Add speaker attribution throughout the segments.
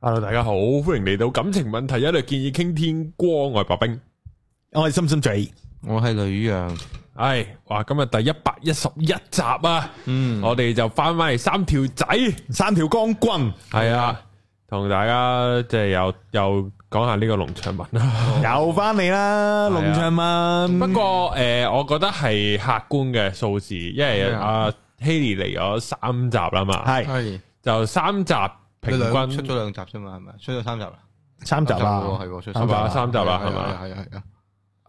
Speaker 1: Hello，大家好，歡迎嚟到感情問題一律建議傾天光，我係白冰。
Speaker 2: 我係心心嘴，
Speaker 3: 我係女羊，
Speaker 1: 唉，哇，今日第一百一十一集啊，嗯，我哋就翻翻嚟三條仔，
Speaker 2: 三條光棍
Speaker 1: 係啊，同大家即係又又講下呢個農場文啦。
Speaker 2: 又翻嚟啦，
Speaker 1: 係啊
Speaker 2: 龍長文。
Speaker 1: 不過诶、呃我覺得係客觀嘅數字，因為
Speaker 3: 係啊
Speaker 1: 阿 Haley 嚟咗三集啦嘛，
Speaker 2: 係
Speaker 3: 係
Speaker 1: 就三集平
Speaker 3: 佢兩出
Speaker 1: 均
Speaker 3: 咗兩集啫嘛，係咪？出咗三集啦，
Speaker 2: 三集
Speaker 3: 喎
Speaker 2: 啦，
Speaker 3: 係喎，出
Speaker 1: 係
Speaker 3: 咗三集
Speaker 1: 嘛，
Speaker 3: 啦，
Speaker 1: 三集啦，係
Speaker 3: 係啊
Speaker 1: 嘛，
Speaker 3: 係啊係啊，
Speaker 1: 係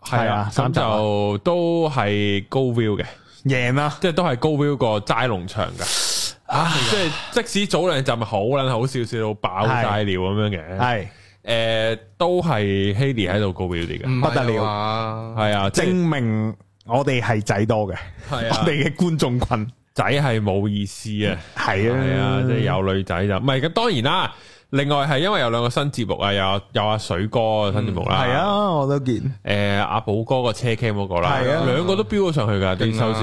Speaker 2: 係
Speaker 1: 啊
Speaker 2: 啊，
Speaker 1: 咁
Speaker 2: 三集啊
Speaker 1: 就都係高 view 嘅。
Speaker 2: 贏啦，
Speaker 1: 即係都係高 view 過齋農場噶，即係即使早兩集咪好撚好笑笑到爆晒料咁樣嘅，
Speaker 2: 係
Speaker 1: 诶、都係 Haley 喺度高 view 啲嘅，
Speaker 3: 唔
Speaker 2: 不得了
Speaker 3: 了
Speaker 1: 係啊，即
Speaker 2: 證
Speaker 1: 係
Speaker 2: 明我哋係仔多嘅，
Speaker 1: 係
Speaker 2: 我
Speaker 1: 啊，
Speaker 2: 哋嘅觀眾群
Speaker 1: 仔係冇意思啊，
Speaker 2: 係
Speaker 1: 係
Speaker 2: 啊
Speaker 1: 啊，，即係有女仔就唔係咁，當然啦。另外係因為有兩個新節目啊，有有阿水哥嘅新節目啦，
Speaker 2: 係，啊，我都見
Speaker 1: 诶阿寶哥個車 cam 嗰個啦，
Speaker 2: 係啊
Speaker 1: 兩個都飆咗上去㗎啲收視。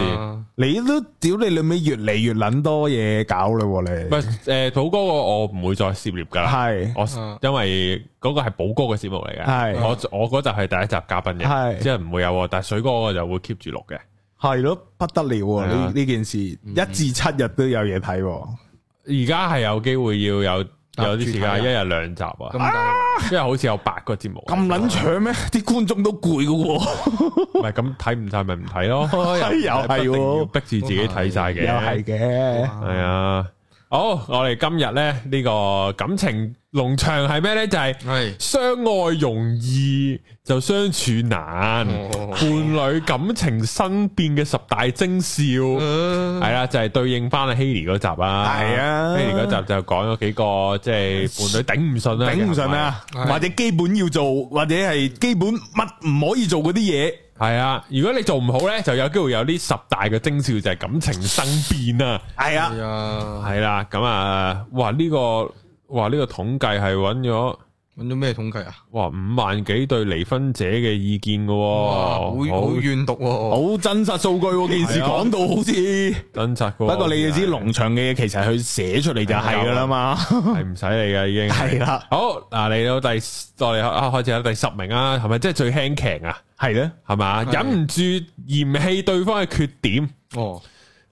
Speaker 2: 你都屌你老尾越嚟越撚多嘢搞啦喎
Speaker 1: 唔
Speaker 2: 你，
Speaker 1: 係誒寶哥個我唔會再涉獵㗎啦，
Speaker 2: 係
Speaker 1: 我因為嗰個係寶哥嘅節目嚟嘅，
Speaker 2: 係
Speaker 1: 我我嗰集係第一集嘉賓嘅，
Speaker 2: 係
Speaker 1: 即係唔會有喎，但係水哥嗰個就會 keep 住錄嘅。
Speaker 2: 係咯，不得了啊！
Speaker 1: 係啊
Speaker 2: 呢呢件事一至七日都有嘢睇喎，
Speaker 1: 而家係有機會要有
Speaker 3: 搭
Speaker 1: 有啲時
Speaker 3: 住睇啊
Speaker 1: 間一日兩集啊
Speaker 3: 咁，大
Speaker 1: 因為好似有八個節目，
Speaker 2: 咁撚長咩？啲觀眾都攰嘅
Speaker 1: 唔係咁睇唔晒咪唔睇咯，
Speaker 2: 喎，又
Speaker 1: 不一
Speaker 2: 係
Speaker 1: 定要
Speaker 2: 喎，
Speaker 1: 逼住自己睇晒
Speaker 2: 又係
Speaker 1: 嘅，
Speaker 2: 嘅。
Speaker 1: 係啊。好，我哋今日咧呢個感情農場係咩咧？就係
Speaker 3: 係
Speaker 1: 相愛容易就相處難，
Speaker 3: 哦
Speaker 1: 伴侶感情生變嘅十大徵兆。
Speaker 3: 誒
Speaker 1: 系啦，就係對應翻阿 Haley 嗰集啊，
Speaker 2: 嗯係啊
Speaker 1: Haley 嗰集就講咗幾個即係伴侶頂唔順啦，
Speaker 2: 顶唔顺啊，
Speaker 3: 係
Speaker 2: 或者基本要做，或者係基本乜唔可以做嗰啲嘢，
Speaker 1: 其實係，係啊，如果你做唔好咧，就有機會有呢十大嘅徵兆就係感情生變啊，
Speaker 2: 係啊，
Speaker 3: 係啊，
Speaker 1: 係啦，咁啊，哇呢個哇呢個統計係揾咗
Speaker 3: 揾咗咩統計啊？
Speaker 1: 哇五萬幾對離婚者嘅意見嘅喎，
Speaker 3: 哇，好好怨毒喎，
Speaker 2: 好真實數據喎，件事
Speaker 1: 係啊
Speaker 2: 講到好似，
Speaker 1: 真實嘅喎。
Speaker 2: 不過你知農場嘅嘢其實佢寫出嚟就
Speaker 1: 啊
Speaker 2: 係噶啦嘛，
Speaker 1: 係唔使理嘅已經
Speaker 2: 係啦，
Speaker 1: 好嗱，嚟到第我哋啊開始有第十名啊，係咪即係最輕騎啊？
Speaker 2: 係咧，
Speaker 1: 系嘛？
Speaker 3: 係
Speaker 1: 忍唔住嫌棄對方嘅缺點
Speaker 3: 哦，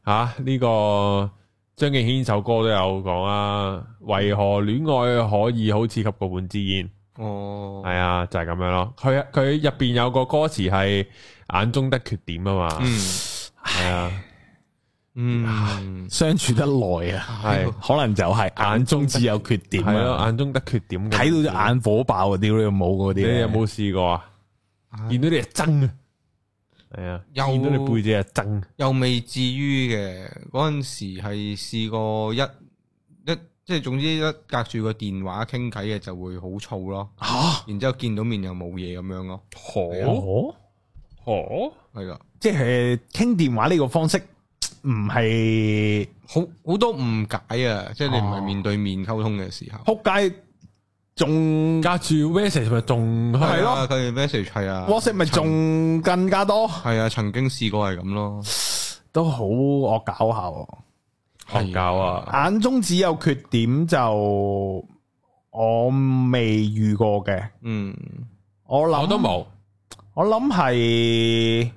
Speaker 1: 吓，啊呢、個張敬軒首歌都有講啊。為何戀愛可以好似吸過半支煙？
Speaker 3: 哦，
Speaker 1: 係啊，就係咁樣咯。佢佢入边有個歌詞係眼中得缺點啊嘛，
Speaker 3: 嗯
Speaker 1: 係啊，
Speaker 3: 嗯，
Speaker 2: 相處得耐啊，
Speaker 1: 係
Speaker 2: 可能就係眼中只有缺點
Speaker 1: 係咯，
Speaker 2: 啊，
Speaker 1: 眼中得缺點。
Speaker 2: 睇到隻，眼火爆啊，屌你冇嗰啲，
Speaker 1: 你有？冇試過啊？見到你係憎啊，係啊，
Speaker 3: 有
Speaker 1: 見到你背脊係憎，
Speaker 3: 又未至於嘅，嗰陣時係試過一一即係總之一隔住個電話傾偈嘅就會好燥咯，
Speaker 1: 啊
Speaker 2: 吓，
Speaker 3: 然之後見到面又冇嘢咁樣咯，
Speaker 1: 可
Speaker 2: 哦，
Speaker 1: 可
Speaker 3: 係啦，
Speaker 2: 即係呃傾電話呢個方式唔係。
Speaker 3: 好好多誤解啊！即係你唔係
Speaker 2: 哦
Speaker 3: 面對面溝通嘅時
Speaker 2: 仆
Speaker 3: 候，
Speaker 2: 街仲
Speaker 1: 隔住 message 咪仲
Speaker 2: 係咯
Speaker 3: 啊佢哋 message 係啊
Speaker 2: WhatsApp 咪
Speaker 3: 曾
Speaker 2: 仲更加多，
Speaker 3: 係啊，曾經試過係咁咯，
Speaker 2: 都好惡搞下喎。
Speaker 1: 惡搞啊！
Speaker 2: 眼中只有缺點就我未遇過嘅，
Speaker 3: 嗯，
Speaker 2: 我諗
Speaker 1: 我都，冇。
Speaker 2: 我諗係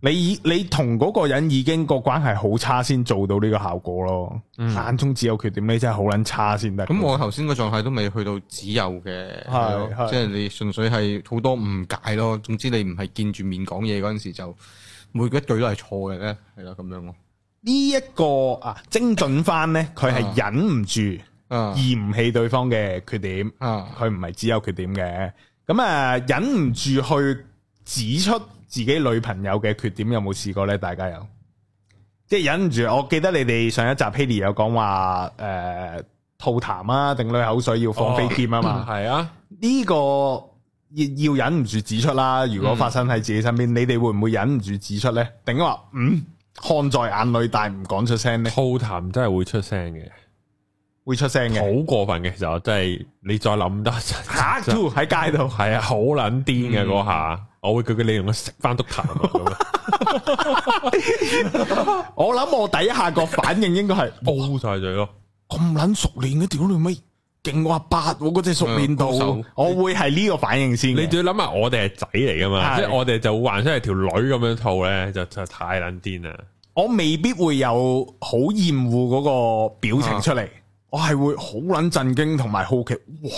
Speaker 2: 你已你同嗰個人已經個關係好差先做到呢個效果咯。
Speaker 1: 嗯
Speaker 2: 眼中只有缺點，你真係好撚差先得。
Speaker 3: 咁我頭先個狀態都未去到只有嘅，係咯
Speaker 2: 係
Speaker 3: 即係你純粹係好多誤解咯。總之你唔係見住面講嘢嗰陣時就每一句都係錯嘅咧，係啦咁樣咯。
Speaker 2: 呢一個啊精準翻呢，佢
Speaker 3: 啊
Speaker 2: 係忍唔住
Speaker 3: 啊
Speaker 2: 嫌棄對方嘅缺點。
Speaker 3: 啊，
Speaker 2: 佢唔係只有缺點嘅，咁啊忍唔住去指出自己女朋友嘅缺點，有冇試過呢？大家有，即係忍唔住。我記得你哋上一集 Haley 有講話誒吐痰啊，定女口水要放飛劍啊嘛，
Speaker 1: 系啊，
Speaker 2: 呢、個要要忍唔住指出啦。如果發生喺自己身邊，你哋會唔會忍唔住指出呢？定係話嗯看在眼裏，但係唔講出聲呢？
Speaker 1: 吐痰真係會出聲嘅，
Speaker 2: 會出聲嘅，
Speaker 1: 好過分嘅。其實我真係你再諗多一陣，
Speaker 2: 嚇嗯 to 喺街度。
Speaker 1: 係啊，好撚癲嘅嗰下，我會叫佢你用我食翻督痰 啊咁樣
Speaker 2: 我諗我第一下個反應應該係。
Speaker 1: ，O 晒嘴咯。
Speaker 2: 咁撚熟練嘅，屌你咪劲過阿伯喎，嗰只熟面度
Speaker 3: 嗯高手，
Speaker 2: 我會係呢個反應先嘅。
Speaker 1: 你仲要諗下，我哋係仔嚟噶嘛，
Speaker 2: 係
Speaker 1: 即係我哋就幻想係條女咁樣套咧，就就太撚癲啦。
Speaker 2: 我未必會有好厭惡嗰個表
Speaker 1: 啊
Speaker 2: 情出嚟，我係會好撚震驚同埋好奇，哇！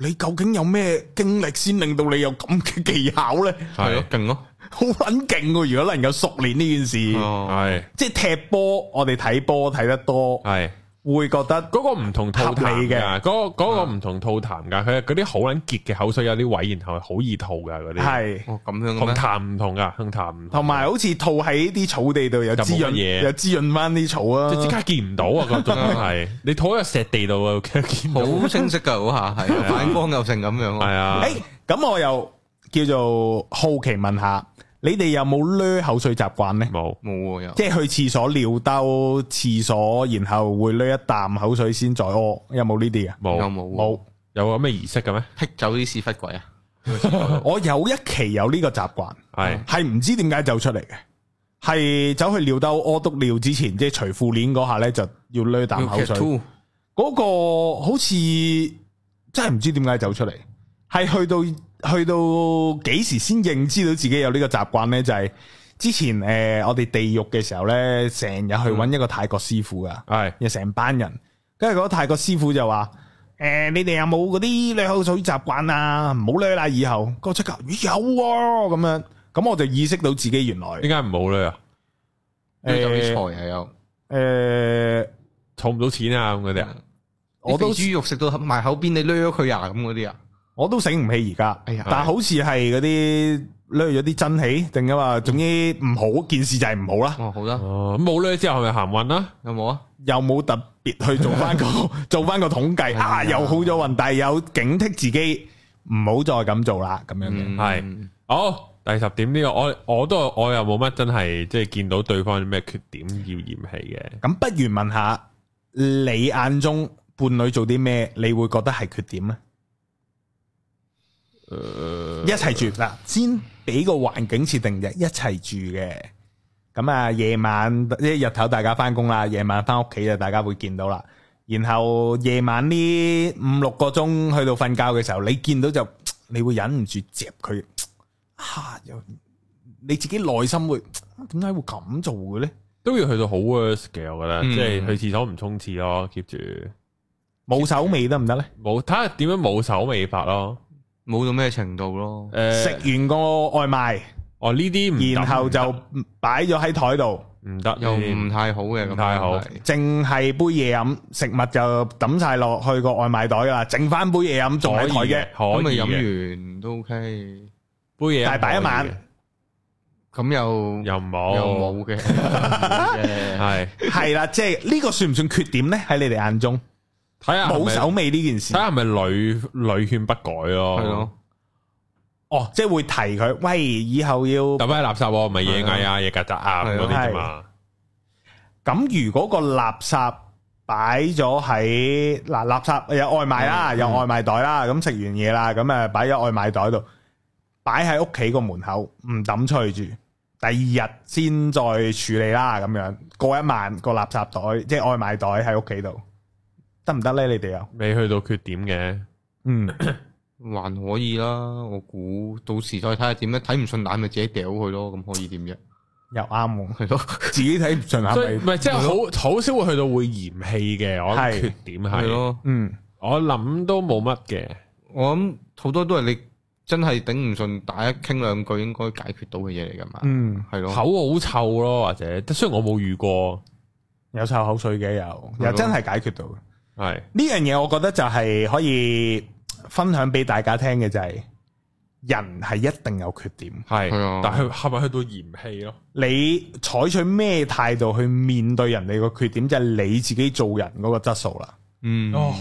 Speaker 2: 你究竟有咩經歷先令到你有咁嘅技巧 呢？
Speaker 3: 係咯
Speaker 1: 係，
Speaker 3: 勁咯，
Speaker 2: 好撚勁喎！如果能夠熟練呢件事，
Speaker 3: 哦
Speaker 1: 係
Speaker 2: 即係踢波，我哋睇波睇得多，
Speaker 1: 係。
Speaker 2: 會覺得
Speaker 1: 嗰個唔同吐
Speaker 2: 合
Speaker 1: 痰
Speaker 2: 理嘅嗯
Speaker 1: 嘅，嗰嗰個唔同吐痰㗎，佢係嗰啲好撚結嘅口水有啲位，然後係好易吐㗎嗰啲，
Speaker 2: 係，
Speaker 3: 哦咁樣嘅
Speaker 1: 同
Speaker 3: 咩？
Speaker 1: 痰唔同㗎，同痰唔同
Speaker 2: 同埋好似套喺啲草地度有滋
Speaker 1: 就冇乜
Speaker 2: 潤，
Speaker 1: 嘢
Speaker 2: 有滋潤翻啲草啊！
Speaker 1: 即即刻見唔到 啊！個重點係你吐喺石地度啊，見唔到
Speaker 3: 好清晰㗎，好下係啊反光又成咁樣
Speaker 1: 係
Speaker 3: 喎。
Speaker 1: 啊，
Speaker 2: 诶，咁我又叫做好奇問下，你哋有冇掠口水習慣呢？
Speaker 1: 冇
Speaker 3: 冇喎又
Speaker 2: 即係去廁所尿兜廁所，然後會掠一啖口水先再屙，有冇呢啲嘅？啊
Speaker 3: 又
Speaker 1: 冇
Speaker 3: 冇
Speaker 2: 冇
Speaker 3: 冇，
Speaker 1: 有咁嘅儀式嘅咩？
Speaker 3: 剔走啲屎忽鬼啊！
Speaker 2: 我有一期有呢個習慣，
Speaker 1: 係
Speaker 2: 係唔知點解走出嚟嘅，係走去尿兜屙督尿之前，即係除褲鏈嗰下呢，就要掠啖口水。
Speaker 3: Two
Speaker 2: 嗰個好似真係唔知點解走出嚟，係去到去到幾時先認知到自己有呢個習慣呢？就係、之前诶、呃我哋地獄嘅時候呢，成日去揾一個泰國師傅噶，
Speaker 1: 係
Speaker 2: 有成班人，跟住嗰個泰國師傅就話：诶、你哋有冇嗰啲掠口水習慣啊？唔好掠啦，以後。嗰個即刻咦有喎、咁樣，咁我就意識到自己原來
Speaker 1: 點解唔冇咧？
Speaker 3: 有
Speaker 2: 誒
Speaker 3: 啲財啊又，
Speaker 2: 誒
Speaker 1: 儲唔到錢啊咁嗰啲啊，
Speaker 2: 我
Speaker 3: 我
Speaker 2: 都
Speaker 3: 都豬肉食到埋口邊，你掠咗佢啊咁嗰啲啊，
Speaker 2: 我都醒唔起而家，
Speaker 3: 哎呀
Speaker 2: 但好似係嗰啲掠咗啲真氣定噶
Speaker 3: 嗯
Speaker 2: 嘛，總之唔好件事就係唔好啦。
Speaker 3: 哦好啦，
Speaker 1: 哦咁冇咧之後係咪行運啦？
Speaker 3: 有冇啊？
Speaker 2: 又冇特別去做 翻個做翻個統計啊，又好咗運，但係有警惕自己唔好再咁做啦，咁樣嘅。
Speaker 1: 係好，第十點呢個我我都我又冇乜真係即係見到對方有咩缺點要嫌棄嘅。
Speaker 2: 咁不如問下你眼中伴侶做啲咩，你會覺得係缺點呢？一齊住嗱，先俾個環境設定嘅，一齊住嘅。咁啊，夜晚即係日頭大家翻工啦，夜晚翻屋企就大家會見到啦。然後夜晚呢五六個鐘去到瞓覺嘅時候，你見到就你會忍唔住嚼佢，啊，又你自己內心會啊點解會咁做嘅呢？
Speaker 1: 都要去到好 worse 嘅，我覺得，
Speaker 3: 嗯
Speaker 1: 即係去廁所唔沖廁咯，keep 住
Speaker 2: 冇手尾得唔得呢？
Speaker 1: 冇睇下點樣冇手尾法咯。
Speaker 3: 冇到咩程度咯？
Speaker 1: 诶、
Speaker 2: 食完個外賣，
Speaker 1: 哦呢啲唔得
Speaker 2: 然後就
Speaker 1: 嗯
Speaker 2: 擺咗喺台度，
Speaker 1: 唔得，
Speaker 3: 又
Speaker 1: 呢啲
Speaker 3: 唔太好嘅，咁
Speaker 1: 嗯唔太好
Speaker 3: 樣係
Speaker 2: 淨係杯嘢飲，食物就抌晒落去個外賣袋㗎啦，剩翻杯嘢飲仲喺台
Speaker 1: 可以
Speaker 2: 嘅。
Speaker 3: 咁
Speaker 1: 可
Speaker 3: 咪
Speaker 1: 以嘅
Speaker 3: 飲完都 OK，
Speaker 1: 杯嘢，
Speaker 2: 但係擺一 晚
Speaker 3: 咁又
Speaker 1: 又冇
Speaker 3: 又冇嘅， 係
Speaker 1: 係
Speaker 2: 系啦，即系呢个算唔算缺点呢？喺你哋眼中，
Speaker 1: 睇啊下係啊咪
Speaker 2: 冇手尾呢件
Speaker 1: 睇
Speaker 2: 事，
Speaker 1: 下係咪屢屢勸不改咯，
Speaker 3: 咯，
Speaker 2: 哦，即系会提佢，喂，以后要
Speaker 1: 抌喺垃圾喎，唔係野蟻啊、野曱甴啊
Speaker 3: 係
Speaker 1: 咁
Speaker 3: 咯
Speaker 1: 嗰啲啫嘛。
Speaker 2: 咁。如果个垃圾摆咗喺嗱，垃圾有外卖啦，有外卖袋啦，咁食完嘢啦，咁啊摆咗外卖袋度，摆喺屋企个门口，唔抌出去住，第二日先再处理啦，咁样过一晚个垃圾袋，即系外卖袋喺屋企度，得唔得呢？你哋又
Speaker 1: 未去到缺點嘅，
Speaker 2: 嗯，
Speaker 3: 還可以啦。我估到時再睇下點咧，睇唔順眼咪自己掉佢咯，咁可以點啫？
Speaker 2: 又啱喎，
Speaker 3: 係咯，
Speaker 2: 自己睇唔顺
Speaker 1: 所以
Speaker 2: 眼
Speaker 1: 唔
Speaker 2: 咪，
Speaker 1: 係即係好好少會去到會嫌棄嘅。我
Speaker 2: 係
Speaker 1: 諗缺點
Speaker 3: 係
Speaker 1: 係，
Speaker 3: 咯。
Speaker 2: 嗯。
Speaker 1: 我諗都冇乜嘅。
Speaker 3: 我諗好多都係你真係頂唔順，大家傾兩句應該解決到嘅嘢嚟㗎嘛。
Speaker 2: 嗯，
Speaker 3: 係咯，
Speaker 1: 口好臭咯，或者即雖然我冇遇過，
Speaker 2: 有臭口水嘅有，
Speaker 3: 係
Speaker 2: 又
Speaker 3: 咯
Speaker 2: 真係解決到嘅
Speaker 1: 係
Speaker 2: 呢樣嘢。我覺得就係可以分享俾大家聽嘅就係、人係一定有缺點。
Speaker 1: 係，
Speaker 3: 係啊
Speaker 1: 但係係咪去到嫌棄咯？
Speaker 2: 你採取咩態度去面對人哋個缺點，就係、你自己做人嗰個質素啦。
Speaker 3: 嗯，
Speaker 1: 哦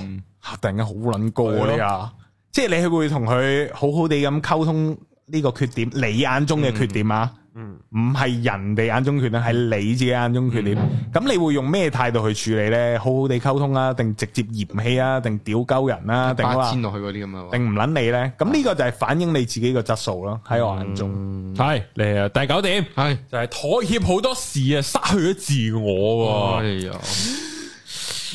Speaker 2: 嚇突然間好撚高
Speaker 1: 係
Speaker 2: 啊！
Speaker 1: 咯
Speaker 2: 你啊，即係你係會同佢好好地咁溝通呢個缺點，你眼中嘅缺點啊。
Speaker 1: 嗯，嗯
Speaker 2: 唔係人哋眼中缺點，係你自己眼中缺點。咁、你會用咩態度去處理呢？好好地溝通啊，定直接嫌棄啊，定屌鳩人啊，定
Speaker 3: 八
Speaker 2: 話
Speaker 3: 千落去嗰啲咁啊嘛，
Speaker 2: 定唔撚你呢？咁呢個就係反映你自己個質素咯。喺我眼中，
Speaker 1: 係嚟啊！第九點
Speaker 3: 係，
Speaker 1: 就係妥協好多事啊，失去咗自我喎。
Speaker 3: 哎呀，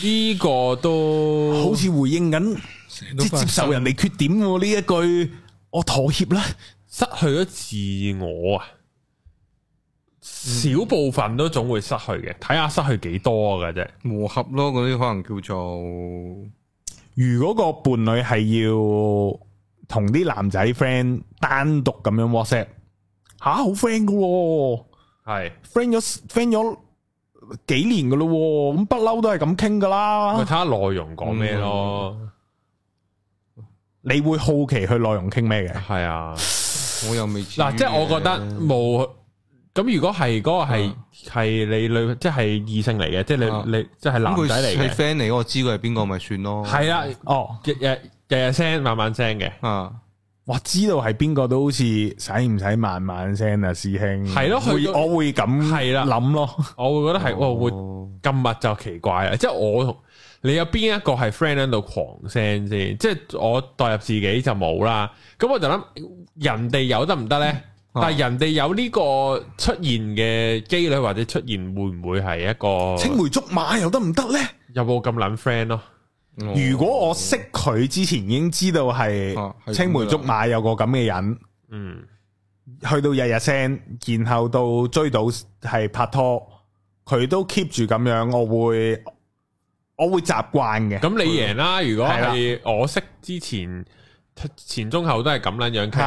Speaker 1: 呢個都
Speaker 2: 好似回應緊
Speaker 3: 都
Speaker 2: 即接受人哋缺點喎呢一句，我妥協啦。
Speaker 1: 失去咗自我啊，少部分都總會失去嘅，睇下失去幾多嘅啫。
Speaker 3: 磨合咯，嗰啲可能叫做。
Speaker 2: 如果個伴侶係要同啲男仔 friend 單獨咁樣 WhatsApp，吓好 friend 噶喎
Speaker 1: 係，
Speaker 2: ，friend 咗 friend 咗幾年噶咯喎，咁不嬲都係咁傾噶
Speaker 1: 咪
Speaker 2: 啦
Speaker 1: 睇。下內容講咩咯。
Speaker 2: 你會好奇佢內容傾咩嘅？
Speaker 1: 係啊，嗯
Speaker 3: 我又未知
Speaker 1: 嗱，即係我覺得
Speaker 3: 嘅
Speaker 1: 冇。咁如果係嗰個係
Speaker 3: 啊
Speaker 1: 係你女，即係異性嚟嘅，即係
Speaker 3: 啊
Speaker 1: 你你即係
Speaker 3: 咁
Speaker 1: 男
Speaker 3: 佢
Speaker 1: 仔嚟
Speaker 3: 係
Speaker 1: 嘅，
Speaker 3: friend 嚟，我知佢係邊個咪算咯。
Speaker 1: 係啦，
Speaker 2: 哦，
Speaker 1: 日日日日聲慢慢聲嘅，
Speaker 3: 啊，
Speaker 2: 我知道係邊個都好似使唔使慢慢聲啊，師兄。
Speaker 1: 係咯
Speaker 2: 會
Speaker 1: 去到
Speaker 2: 我會咁
Speaker 1: 係啦
Speaker 2: 諗咯。
Speaker 3: 啊
Speaker 1: 我會覺得係我會
Speaker 3: 哦
Speaker 1: 咁密就奇怪啦。即係我同你有邊一個係 friend 喺度狂聲先？即係我代入自己就冇啦。咁我就諗人哋有得唔得呢？
Speaker 3: 啊
Speaker 1: 但係人哋有呢個出現嘅機率或者出現會唔會係一
Speaker 2: 青
Speaker 1: 個
Speaker 2: 梅竹馬又得唔得咧？
Speaker 1: 有冇咁撚 friend 咯？
Speaker 3: 啊
Speaker 2: 如果我識佢之前已經知道係
Speaker 3: 哦係咁
Speaker 2: 青梅竹馬有個咁嘅人，
Speaker 1: 嗯，
Speaker 2: 去到日日聲，然後到追到係拍拖，佢都 keep 住咁樣，我會我會習慣嘅。
Speaker 1: 咁你贏啦。如果
Speaker 2: 係啦
Speaker 1: 係我識之前前中後都係咁撚樣傾，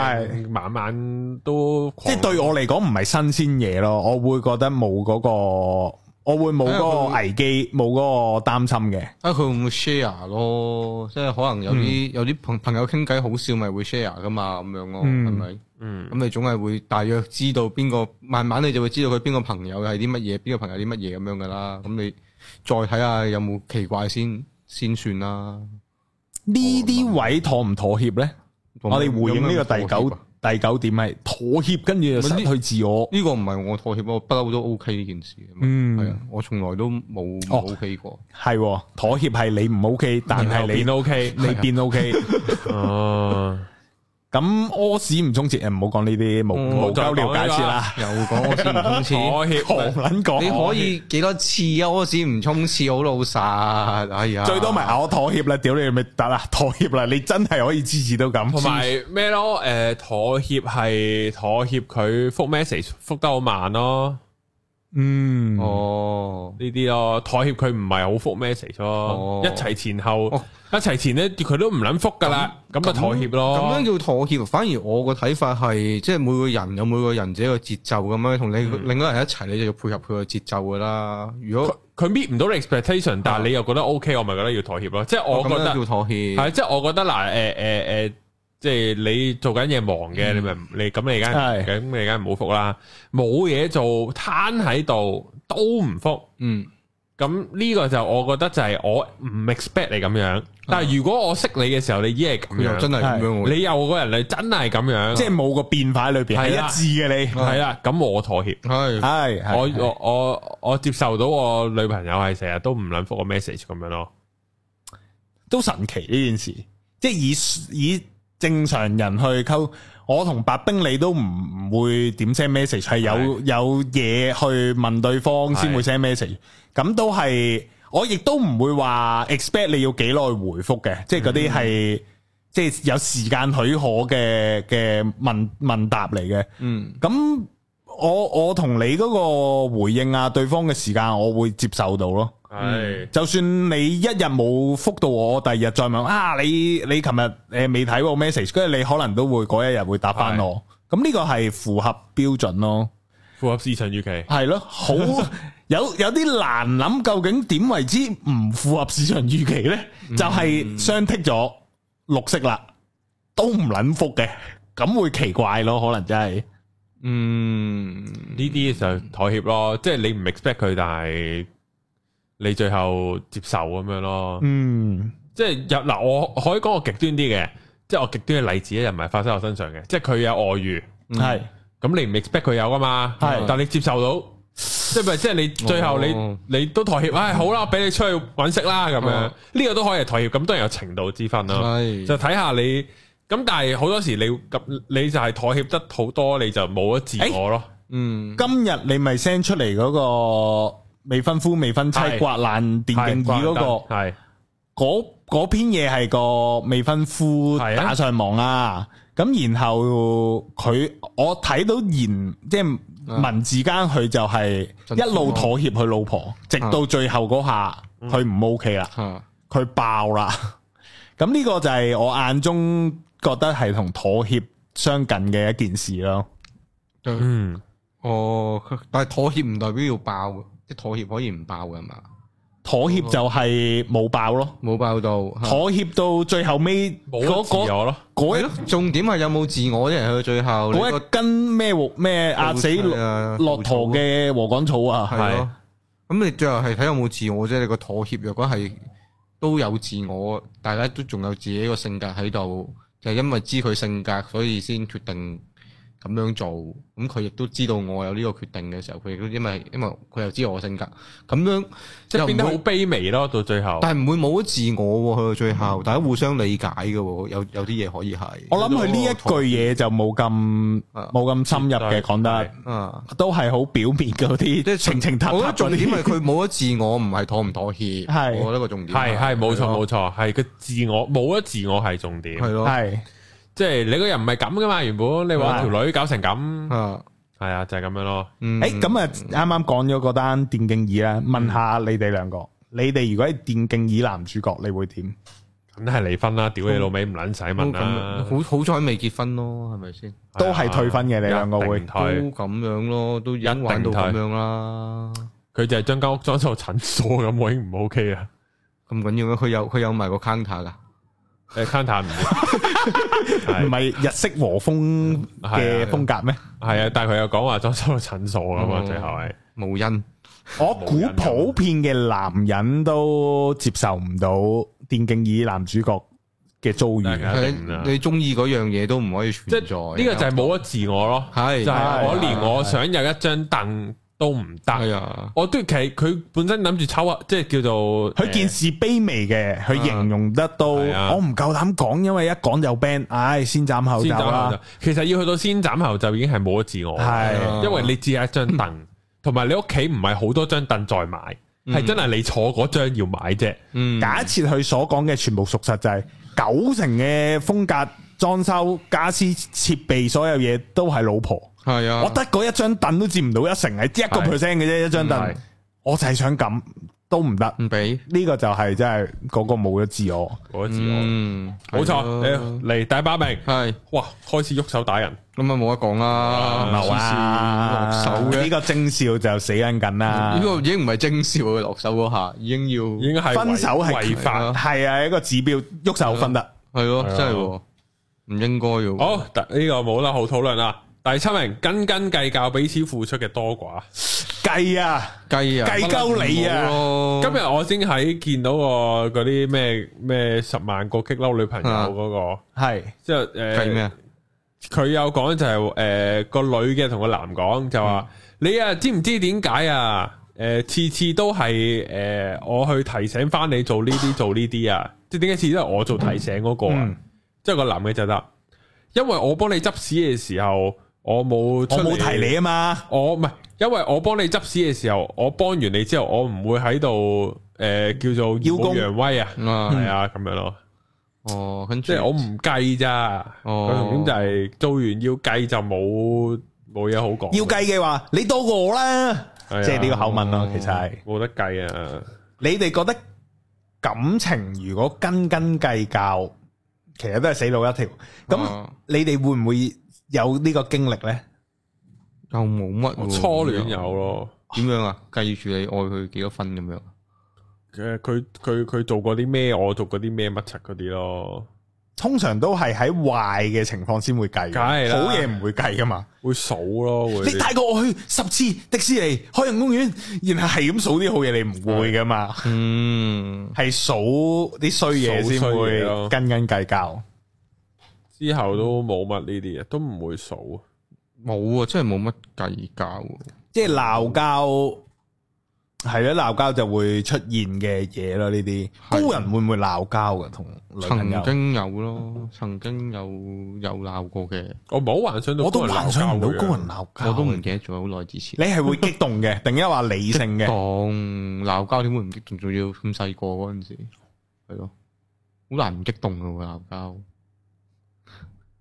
Speaker 2: 係
Speaker 1: 晚晚都
Speaker 2: 即
Speaker 1: 狂
Speaker 2: 係對我嚟講唔係新鮮嘢咯，我會覺得冇嗰個，我會冇嗰個危機，冇嗰個擔心嘅。
Speaker 3: 啊睇下佢會唔會 share 咯，即係可能有
Speaker 1: 嗯
Speaker 3: 啲有啲朋朋友傾偈好笑，咪會 share 噶嘛，咁樣咯，
Speaker 2: 嗯
Speaker 3: 係咪？
Speaker 1: 嗯
Speaker 3: 咁你總係會大約知道邊個，慢慢你就會知道佢邊個朋友係啲乜嘢，邊個朋友啲乜嘢咁樣噶啦。咁你再睇下有冇奇怪先先算啦。
Speaker 2: 呢啲位妥唔妥協呢？
Speaker 3: 啊
Speaker 2: 我哋回應呢個第九
Speaker 3: 有咩妥協啊
Speaker 2: 第九點係妥協，跟住就失去自我。
Speaker 3: 呢個唔係我妥協，我不嬲都 OK 呢件事。
Speaker 2: 嗯
Speaker 3: 係啊，我從來都冇冇
Speaker 2: 哦
Speaker 3: OK 過。
Speaker 2: 係喎妥協係你唔 OK，但係你
Speaker 1: 變 OK，
Speaker 2: 你變 OK。
Speaker 1: 哦。
Speaker 2: 咁屙屎唔充錢，誒唔好講呢啲無
Speaker 3: 嗯
Speaker 2: 無交了解先啦。
Speaker 3: 又講我先唔 通廁，
Speaker 1: 妥 協
Speaker 2: 狂撚講，
Speaker 3: 你可以幾多次啊？我屎唔沖廁好老實，哎呀，
Speaker 2: 最多咪咬我妥協啦，屌你咪得啦，妥協啦，你真係可以支持到咁。
Speaker 1: 同埋咩咯？诶、妥協係妥協佢覆 message 覆得好慢咯，
Speaker 2: 嗯，
Speaker 3: 哦，
Speaker 1: 呢啲咯，妥協佢唔係好覆 message 咯，
Speaker 3: 哦
Speaker 1: 一齊前後，
Speaker 3: 哦
Speaker 1: 一齊前咧佢都唔撚覆噶啦，咁就妥協咯。
Speaker 3: 咁樣叫妥協。反而我個睇法係，即係每個人有每個人自己個節奏咁樣，同你另一個人一齊，你就要配合佢個節奏噶啦。如
Speaker 1: 佢
Speaker 3: 果
Speaker 1: 佢搣唔到你 expectation，但係你又覺得 OK，我咪覺得要妥協咯。即係我
Speaker 3: 哦咁
Speaker 1: 覺
Speaker 3: 樣
Speaker 1: 得
Speaker 3: 叫妥協，
Speaker 1: 係，即係我覺得嗱，诶诶诶，誒即係你做緊嘢忙嘅，
Speaker 3: 嗯
Speaker 1: 你咪唔你咁你梗係
Speaker 2: 係
Speaker 1: 咁你梗係唔好覆啦。冇嘢做攤喺度都唔覆。
Speaker 3: 嗯，
Speaker 1: 咁呢個就我覺得就係我唔 expect 你咁
Speaker 2: 啊
Speaker 1: 樣，但係如果我識你嘅時候，你已經係
Speaker 3: 佢
Speaker 1: 咁
Speaker 3: 又真
Speaker 1: 樣，
Speaker 3: 係咁樣喎。
Speaker 1: 你有個人你真係咁樣，
Speaker 2: 即係冇個變化喺裏邊，係
Speaker 1: 係啦
Speaker 2: 一致嘅你。
Speaker 3: 啊
Speaker 1: 係啦，咁我妥協，
Speaker 3: 係
Speaker 2: 係係
Speaker 1: 我我我我接受到我女朋友係成日都唔撚覆我 message 咁樣咯，
Speaker 2: 都神奇呢件事，即係以以正常人去溝，我同白冰你都唔會點 send message，係有有嘢去問對方先會 send message，咁都係我亦都唔會話 expect 你要幾耐回覆嘅，即係嗰啲係即係有時間許可嘅嘅問問答嚟嘅，
Speaker 3: 嗯。
Speaker 2: 咁我我同你嗰個回應啊，對方嘅時間我會接受到咯。
Speaker 1: 係
Speaker 2: 就算你一日冇覆到我，第二日再問啊，你你琴日誒未睇我 message，跟住你可能都會嗰一日會答翻我。咁呢個係符合標準咯，
Speaker 1: 符合市場預期，
Speaker 2: 係咯，好 有有啲難諗，究竟點為之唔符合市場預期呢？就係雙剔咗綠色啦，都唔撚覆嘅，咁會奇怪咯，可能真係。
Speaker 3: 嗯，
Speaker 1: 呢啲就妥協咯，即係你唔 expect 佢，但係你最後接受咁樣咯。
Speaker 2: 嗯，
Speaker 1: 即係有嗱，我可以講我極端啲嘅，即係我極端嘅例子咧，又唔係發生喺我身上嘅，即係佢有外遇。
Speaker 2: 係
Speaker 1: 咁你唔 expect 佢有噶嘛？
Speaker 2: 係
Speaker 1: 但你接受到，即係咪即係你最後你、
Speaker 3: 哦嗯
Speaker 1: 你都妥協，唉、好啦，俾你出去揾食啦咁樣，呢
Speaker 3: 哦、
Speaker 1: 個都可以係妥協，咁當然有程度之分啦，
Speaker 3: 係
Speaker 1: 就睇下你。咁但係好多時你咁你就係妥協得好多，你就冇咗自我咯。
Speaker 3: 嗯，
Speaker 2: 今日你咪 send 出嚟嗰個未婚夫未婚妻
Speaker 1: 係
Speaker 2: 刮爛電競椅嗰個，
Speaker 1: 係
Speaker 2: 嗰嗰篇嘢係個未婚夫
Speaker 1: 係啊
Speaker 2: 打上網啦。咁然後佢我睇到言即係文字間佢就係
Speaker 3: 真
Speaker 2: 一路
Speaker 3: 係
Speaker 2: 妥協佢老婆，直到最後嗰下佢唔 OK 啦。
Speaker 3: 吓
Speaker 2: 佢爆啦。 咁呢個就係我眼中覺得係同妥協相近嘅一件事咯。
Speaker 1: 嗯
Speaker 3: 哦，但係妥協唔代表要爆嘅，即係妥協可以唔爆嘅係嘛，
Speaker 2: 妥協就係冇爆咯，
Speaker 3: 冇爆到。嚇
Speaker 2: 妥協到最後尾
Speaker 1: 冇
Speaker 2: 嗰
Speaker 1: 咗自
Speaker 2: 嗰
Speaker 1: 我咯，
Speaker 2: 嗰
Speaker 3: 係
Speaker 2: 一
Speaker 3: 咯，重點係有冇自我啫，去到最後你
Speaker 2: 嗰
Speaker 3: 個
Speaker 2: 一根咩和咩壓死
Speaker 3: 係
Speaker 2: 駱
Speaker 3: 啊
Speaker 2: 駱駝嘅禾稈草啊！
Speaker 3: 係
Speaker 1: 係
Speaker 3: 咯。咁你最後係睇有冇自我啫？你個妥協若果係都有自我，大家都仲有自己個性格喺度，就係因為知佢性格，所以先決定咁樣做。咁佢亦都知道我有呢個決定嘅時候，佢亦都因為因為佢又知我性格，咁樣
Speaker 1: 即係
Speaker 3: 又唔
Speaker 1: 變得好
Speaker 3: 會
Speaker 1: 卑微咯，到最後。
Speaker 3: 但係唔會冇咗自我喎，去到最後，大家互相理解嘅喎，有有啲嘢可以係。
Speaker 2: 嗯我諗佢呢一句嘢就冇咁
Speaker 3: 啊
Speaker 2: 冇咁深入嘅講得，
Speaker 3: 啊，
Speaker 2: 都係好表面嗰啲，即
Speaker 3: 即 係
Speaker 2: 情情塔
Speaker 3: 我覺
Speaker 2: 塔
Speaker 3: 得
Speaker 2: 嗰
Speaker 3: 重點係
Speaker 2: 啲。
Speaker 3: 佢冇咗自我，唔係妥唔妥協。
Speaker 2: 係
Speaker 3: 我覺得個重點啊
Speaker 1: 係係冇錯冇
Speaker 3: 錯，
Speaker 1: 錯，係個自我冇咗自我係重點，
Speaker 3: 係咯，
Speaker 2: 係
Speaker 1: 即係你個人唔係咁噶嘛，原本你話
Speaker 2: 係
Speaker 1: 條女搞成咁，
Speaker 3: 啊，
Speaker 1: 係啊就係咁樣咯。
Speaker 3: 嗯，
Speaker 2: 誒咁啊，啱啱講咗嗰單電競椅啦，問下你哋兩個，你哋如果係電競椅男主角，你會點？
Speaker 1: 梗係離婚啦，屌你老味唔撚使問啦，
Speaker 2: 啊
Speaker 3: 好好彩未結婚咯，係咪先？
Speaker 1: 啊
Speaker 2: 都係退婚嘅，你兩個會
Speaker 1: 一定
Speaker 3: 都
Speaker 1: 退，
Speaker 3: 咁樣咯，都已經玩到咁樣啦，
Speaker 1: 佢就係將間屋裝修診所咁，我已經唔 OK 啦。
Speaker 3: 咁緊要咩？佢有佢有埋個 counter 噶，
Speaker 1: 誒 c o u n t 唔
Speaker 2: 唔
Speaker 1: 係
Speaker 2: 係日式和風嘅風格咩？
Speaker 1: 係啊，但係佢又講話裝修診所咁啊，
Speaker 3: 嗯
Speaker 1: 最後係
Speaker 3: 無因
Speaker 2: 我估普遍嘅男人都接受唔到電競椅男主角嘅遭遇
Speaker 1: 係
Speaker 2: 嘅，
Speaker 1: 一定啦
Speaker 3: 係你中意嗰樣嘢都唔可以存
Speaker 1: 即
Speaker 3: 在。啊
Speaker 1: 係呢個就係冇咗自我咯，
Speaker 3: 係
Speaker 1: 就係我
Speaker 2: 係
Speaker 1: 連我想有一張凳都唔得
Speaker 3: 係。啊，
Speaker 1: 我都其實佢本身諗住抽啊，即係叫做
Speaker 2: 佢件事卑微嘅，佢形容得到，
Speaker 1: 係啊
Speaker 2: 我唔夠膽講，因為一講就 ban，唉，先斬後
Speaker 1: 誒
Speaker 2: 奏
Speaker 1: 先斬後
Speaker 2: 啦
Speaker 1: 就，，其實要去到先斬後就已經係冇咗自我，
Speaker 2: 係
Speaker 3: 啊
Speaker 1: 因為你只係一張凳，同埋你屋企唔係好多張凳再買，
Speaker 2: 嗯
Speaker 1: 係真係你坐嗰張要買啫。
Speaker 3: 嗯，
Speaker 2: 假設佢所講嘅全部屬實，就係九成嘅風格裝修、家私設備所有嘢都係老婆。
Speaker 3: 係啊，
Speaker 2: 我得嗰一張凳都佔唔到一成，係一個 percent 嘅啫，一張
Speaker 1: 係
Speaker 2: 凳。我就係想咁，都唔得。
Speaker 3: 唔俾，
Speaker 2: 呢個就係真係嗰個冇咗自我。
Speaker 1: 嗰自我，
Speaker 3: 嗯，
Speaker 1: 冇錯
Speaker 3: 係咯，
Speaker 1: 你嚟第八名，
Speaker 3: 係
Speaker 1: 哇，開始喐手打人，
Speaker 3: 咁啊，冇得講啦，
Speaker 2: 牛啊，
Speaker 3: 黐線落手
Speaker 2: 呢
Speaker 3: 嘅。
Speaker 2: 個徵兆就死緊緊啦
Speaker 3: 呢。個已經唔係徵兆嘅落手嗰下，已經
Speaker 1: 已
Speaker 3: 要
Speaker 1: 經係違
Speaker 2: 分手係
Speaker 1: 違
Speaker 3: 係
Speaker 1: 法
Speaker 3: 啊。
Speaker 2: 係啊，一個指標，喐手分得。
Speaker 3: 係咯，
Speaker 1: 係啊
Speaker 3: 真係喎唔應該嘅喎。
Speaker 1: 好，呢個冇得好討論啦。第七名斤斤計較彼此付出嘅多寡。
Speaker 2: 計啊，
Speaker 3: 雞啊，
Speaker 2: 計鳩你啊
Speaker 1: 今
Speaker 3: 今
Speaker 1: 日我先喺見到個嗰啲咩咩十萬個激嬲女朋友嗰個，
Speaker 2: 啊係
Speaker 1: 即係誒
Speaker 3: 計咩啊？
Speaker 1: 佢有講就係誒個女嘅同個男講就話、
Speaker 2: 嗯
Speaker 1: 你啊知唔知點解啊？誒、次次都係誒、呃我去提醒翻你做呢 啲做呢啲啊，即係點解次次都係我做提醒嗰個啊
Speaker 2: 嗯？
Speaker 1: 即係、個男嘅就得，因為我幫你執屎嘅時候，我冇
Speaker 2: 我
Speaker 1: 出
Speaker 2: 冇
Speaker 1: 嚟
Speaker 2: 提你啊嘛。
Speaker 1: 我唔係，因為我幫你執屎嘅時候，我幫完你之後，我唔會喺度誒叫做耀
Speaker 2: 邀功嗯
Speaker 1: 武揚威啊，
Speaker 3: 啊，
Speaker 1: 係啊咁樣咯，
Speaker 3: 哦，跟住
Speaker 1: 即係我唔計咋，
Speaker 3: 哦
Speaker 1: 佢重點就係做完要計就冇冇嘢好講，
Speaker 2: 要計嘅話，你多過我啦。
Speaker 1: 係啊
Speaker 2: 即係呢個口吻咯，其實係。
Speaker 1: 冇得計啊，
Speaker 3: 嗯
Speaker 2: 你哋覺得感情如果斤斤計較，其實都係死路一條。咁
Speaker 3: 啊
Speaker 2: 你哋會唔會有呢個經歷呢？
Speaker 3: 又冇乜
Speaker 1: 我
Speaker 3: 喎
Speaker 1: 初戀有咯，
Speaker 3: 點樣啊？計住你愛佢幾多分咁樣？
Speaker 1: 誒佢佢佢做過啲咩，我做過啲咩乜柒嗰啲咯，
Speaker 2: 通常都係喺壞嘅情況先會計，
Speaker 1: 梗係啦
Speaker 2: 好嘢唔會計噶嘛。
Speaker 1: 會數咯會，
Speaker 2: 你帶過我去十次迪士尼、海洋公園，然後係咁數啲好嘢，你唔會噶嘛，
Speaker 3: 嗯，
Speaker 2: 係數啲衰嘢先
Speaker 1: 數衰
Speaker 2: 會
Speaker 1: 嘢咯
Speaker 2: 斤斤計較。
Speaker 1: 之後都冇乜呢啲嘢，都唔會數，
Speaker 3: 冇啊，真係冇乜計較喎。
Speaker 2: 即係鬧交系啦，鬧交就會出現嘅嘢咯。呢啲高人會唔會鬧交嘅同女朋友
Speaker 3: 曾？經有咯，曾經有有鬧過嘅，
Speaker 1: 我唔好幻想到
Speaker 2: 我都幻想唔到
Speaker 1: 高
Speaker 2: 高
Speaker 1: 人
Speaker 2: 人鬧交，
Speaker 3: 我都唔記得咗好耐之前。
Speaker 2: 你係會激動嘅，定一話理性嘅？
Speaker 3: 當鬧交點會唔激動？仲要咁細個嗰陣時，係咯，好難唔激動噶喎鬧交。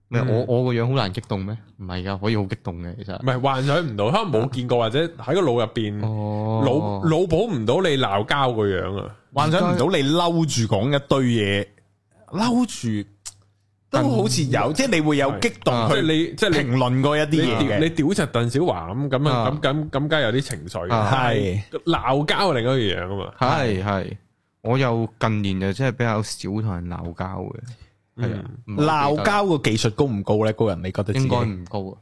Speaker 3: 咩？
Speaker 1: 嗯
Speaker 3: 我我個樣好難激動咩？唔係噶，可以好激動嘅其實。
Speaker 1: 鬧交嘅，唔系幻想唔到，可能冇見
Speaker 2: 哦
Speaker 1: 過或者喺個腦入边
Speaker 3: 哦，
Speaker 1: 腦腦補唔到你鬧交個樣啊！
Speaker 2: 幻想唔到你嬲住講一堆嘢，嬲住都好似有，即係你會有激動
Speaker 3: 啊
Speaker 1: 即係
Speaker 2: 去
Speaker 1: 你即係你
Speaker 2: 評論過一啲
Speaker 1: 你
Speaker 2: 嘢
Speaker 1: 屌
Speaker 2: 嘅
Speaker 1: 你。屌柒鄧小華咁咁啊咁咁咁，梗係有啲情緒
Speaker 3: 啊
Speaker 1: 嘅。
Speaker 2: 係
Speaker 1: 鬧交係另一個樣啊嘛，
Speaker 3: 係係，我又近年就真係比較少同人鬧交嘅，係啊，唔係
Speaker 2: 鬧交個技術高唔高咧？高人你覺得自己
Speaker 3: 應該唔高啊，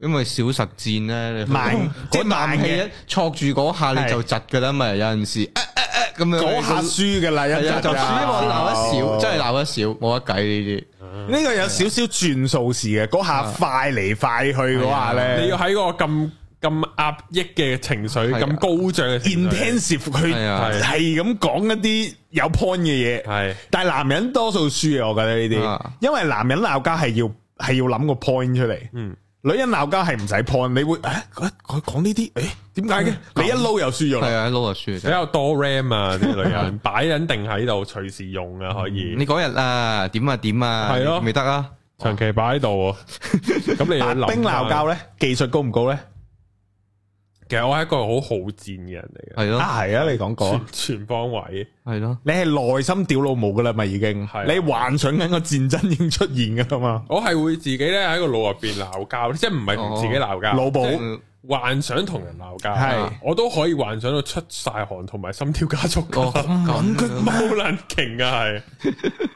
Speaker 3: 因為小實戰咧，你去
Speaker 2: 慢即係
Speaker 3: 嗰啖
Speaker 2: 慢
Speaker 3: 氣
Speaker 2: 嘅
Speaker 3: 一挫住嗰下你就窒噶啦，咪有陣時啊啊啊咁樣
Speaker 2: 嗰下輸㗎啦，一
Speaker 3: 係
Speaker 2: 陣
Speaker 3: 啊，就輸我鬧一少，真係
Speaker 2: 係
Speaker 3: 鬧一少，冇得計呢
Speaker 2: 呢個有少少轉數事嘅，嗰下快嚟快去嗰下
Speaker 1: 你
Speaker 2: 咧
Speaker 1: 要喺個咁咁壓抑嘅情緒、
Speaker 3: 係啊
Speaker 1: 咁高漲嘅情緒，
Speaker 2: ，intensive 佢
Speaker 3: 係啊
Speaker 2: 係咁講一啲有 point 嘅嘢，
Speaker 1: 係
Speaker 2: 但係男人多數輸嘅，我覺得呢啲
Speaker 3: 啊，
Speaker 2: 因為男人鬧交係要係要諗個 point 出嚟，
Speaker 1: 嗯
Speaker 2: 女人鬧交係唔使 point，你會誒佢佢講呢啲誒點解嘅？你一撈又輸咗
Speaker 3: 啲，係
Speaker 2: 啦，
Speaker 3: 啊，一撈就輸
Speaker 1: 比
Speaker 3: 啫。
Speaker 1: 較多 RAM 啊啲女 人擺緊定喺度，隨時用啊可以。
Speaker 2: 嗯
Speaker 3: 你嗰日啊，點啊點啊，
Speaker 1: 係咯
Speaker 3: 未得啊，
Speaker 1: 長期擺喺度喎， 咁你
Speaker 2: 白
Speaker 1: 要諗
Speaker 2: 冰鬧交
Speaker 1: 咧？
Speaker 2: 咧技術高唔高咧？
Speaker 1: 其實我係一個好好戰嘅人嚟嘅，
Speaker 3: 係咯
Speaker 2: 啊係啊，你講過。
Speaker 1: 全全方位。
Speaker 3: 係咯，
Speaker 2: 你係內心屌老母噶啦嘛，已經。
Speaker 1: 係
Speaker 2: 你幻想緊個戰爭已經出現噶啦嘛。
Speaker 1: 我係會自己咧喺個腦入邊鬧交，即係唔係同自己鬧交，
Speaker 2: 哦腦補
Speaker 1: 即係
Speaker 3: 嗯
Speaker 1: 幻想同人鬧交，啊
Speaker 2: 係
Speaker 1: 我都可以幻想到出晒汗同埋心跳加速㗎，
Speaker 3: 哦
Speaker 2: 咁
Speaker 3: 咁樣
Speaker 2: 佢
Speaker 1: 好撚勁啊係！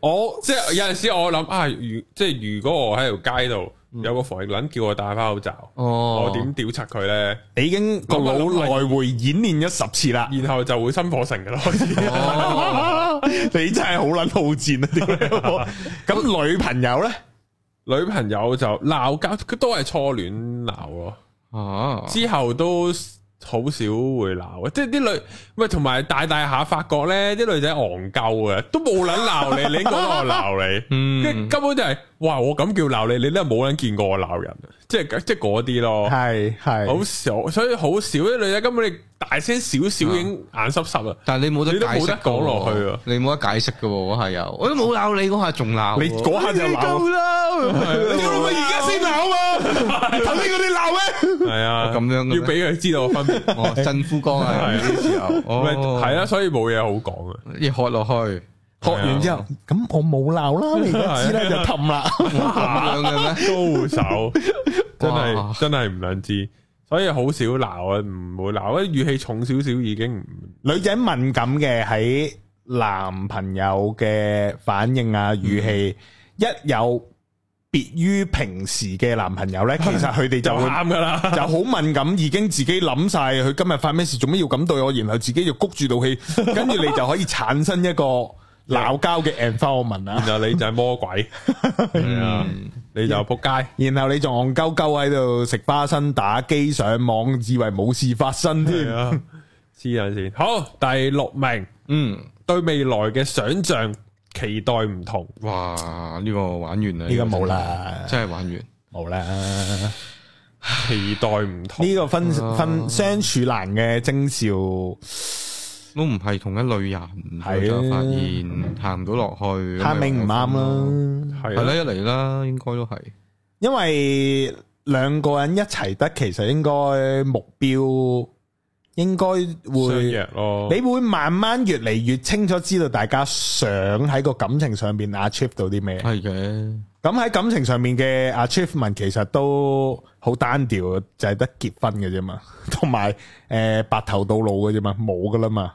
Speaker 1: 我即係有陣時我諗啊，如即係如果我喺條街度有個防疫撚叫我戴翻口罩，
Speaker 3: 哦，
Speaker 1: 我點屌柒佢咧？
Speaker 2: 你已經個腦來回演練咗十次 啦。
Speaker 1: 然後就會心火盛嘅咯，開始。
Speaker 2: 你真係好撚好戰 啊！屌你老母咁女朋友咧，
Speaker 1: 女朋友就鬧交，佢都係初戀鬧咯，
Speaker 3: 啊？
Speaker 1: 之後都好少會鬧，啊即係啲女，喂，同埋大大下發覺咧，啲女仔戇鳩嘅，都冇撚鬧 你，你已經覺得我鬧你，跟住
Speaker 3: 嗯，
Speaker 1: 根本就係，哇，我咁叫鬧你，你都係冇撚見過我鬧人，啊即係即係嗰啲咯，
Speaker 2: 係係
Speaker 1: 好少，所以好少啲女仔根本你大聲少少已經眼濕濕啊，
Speaker 3: 但係你冇得
Speaker 1: 你都
Speaker 3: 解
Speaker 1: 冇得
Speaker 3: 釋㗎喎
Speaker 1: 講落去啊
Speaker 3: 你冇得解釋嘅喎，嗰下又我都冇鬧你嗰下，仲鬧
Speaker 2: 你嗰下就鬧
Speaker 3: 夠啦，
Speaker 2: 屌你老母而家先鬧 啊！頭先嗰啲鬧咩？
Speaker 1: 係啊，
Speaker 3: 咁樣嘅咩
Speaker 1: 要俾佢知道分別，
Speaker 3: 哦，震夫光啊，
Speaker 1: 係
Speaker 3: 呢啲時候，
Speaker 1: 咪
Speaker 3: 哦，
Speaker 1: 係啊，所以冇嘢好講 啊。
Speaker 3: 一喝落去
Speaker 2: 學完之後，咁我冇鬧啦，你而家知啦就 氹啦。
Speaker 3: 咁樣嘅咩？
Speaker 1: 高手，真
Speaker 3: 哇
Speaker 1: 系真系唔能知，所以好少鬧啊，唔會鬧啊，語氣重少少已經唔
Speaker 2: 女仔敏感嘅喺男朋友嘅反應啊、語氣，一有別於平時嘅男朋友咧，其實佢哋
Speaker 1: 就
Speaker 2: 就會
Speaker 1: 啱噶 啦，
Speaker 2: 就好敏感，已經自己諗晒佢今日發咩事，做咩要咁對我，然後自己就谷住道 氣，跟住你就可以產生一個鬧交嘅 environment 啊，
Speaker 1: 然後你就係魔 鬼，係啊，你就仆街，
Speaker 2: 然後你仲戇鳩鳩喺度食花生、打機、上網，以為冇事發生
Speaker 1: 係
Speaker 2: 添。
Speaker 1: 啊，黐人先。好，第六名
Speaker 3: 嗯，
Speaker 1: 對未來嘅想像期待唔同，
Speaker 3: 哇，呢個玩完啦，
Speaker 2: 呢個冇，啦，
Speaker 3: 真係玩完，
Speaker 2: 冇啦。
Speaker 1: 期待唔同
Speaker 2: 呢，個分
Speaker 1: 哦
Speaker 2: 分相處難嘅徵
Speaker 3: 都唔係同一類人，
Speaker 2: 係啊
Speaker 3: 我就發現行唔到落去，
Speaker 2: 兆，探明唔啱
Speaker 3: 咁
Speaker 2: 啦，
Speaker 1: 係啊
Speaker 3: 咪有分咯，係啦，
Speaker 1: 啦，
Speaker 3: 一嚟啦，應該都係，
Speaker 2: 因為兩個人一齊得，其實應該目標應該
Speaker 1: 相
Speaker 2: 會，
Speaker 1: 約咯，
Speaker 2: 你會慢慢越嚟越清楚知道大家想喺個感情上面 achieve 到啲咩。
Speaker 3: 係嘅，
Speaker 2: 咁喺感情上面嘅 achievement 其實都好單調，就係得結婚嘅啫嘛， 同埋誒白頭到老嘅啫嘛，冇噶啦嘛。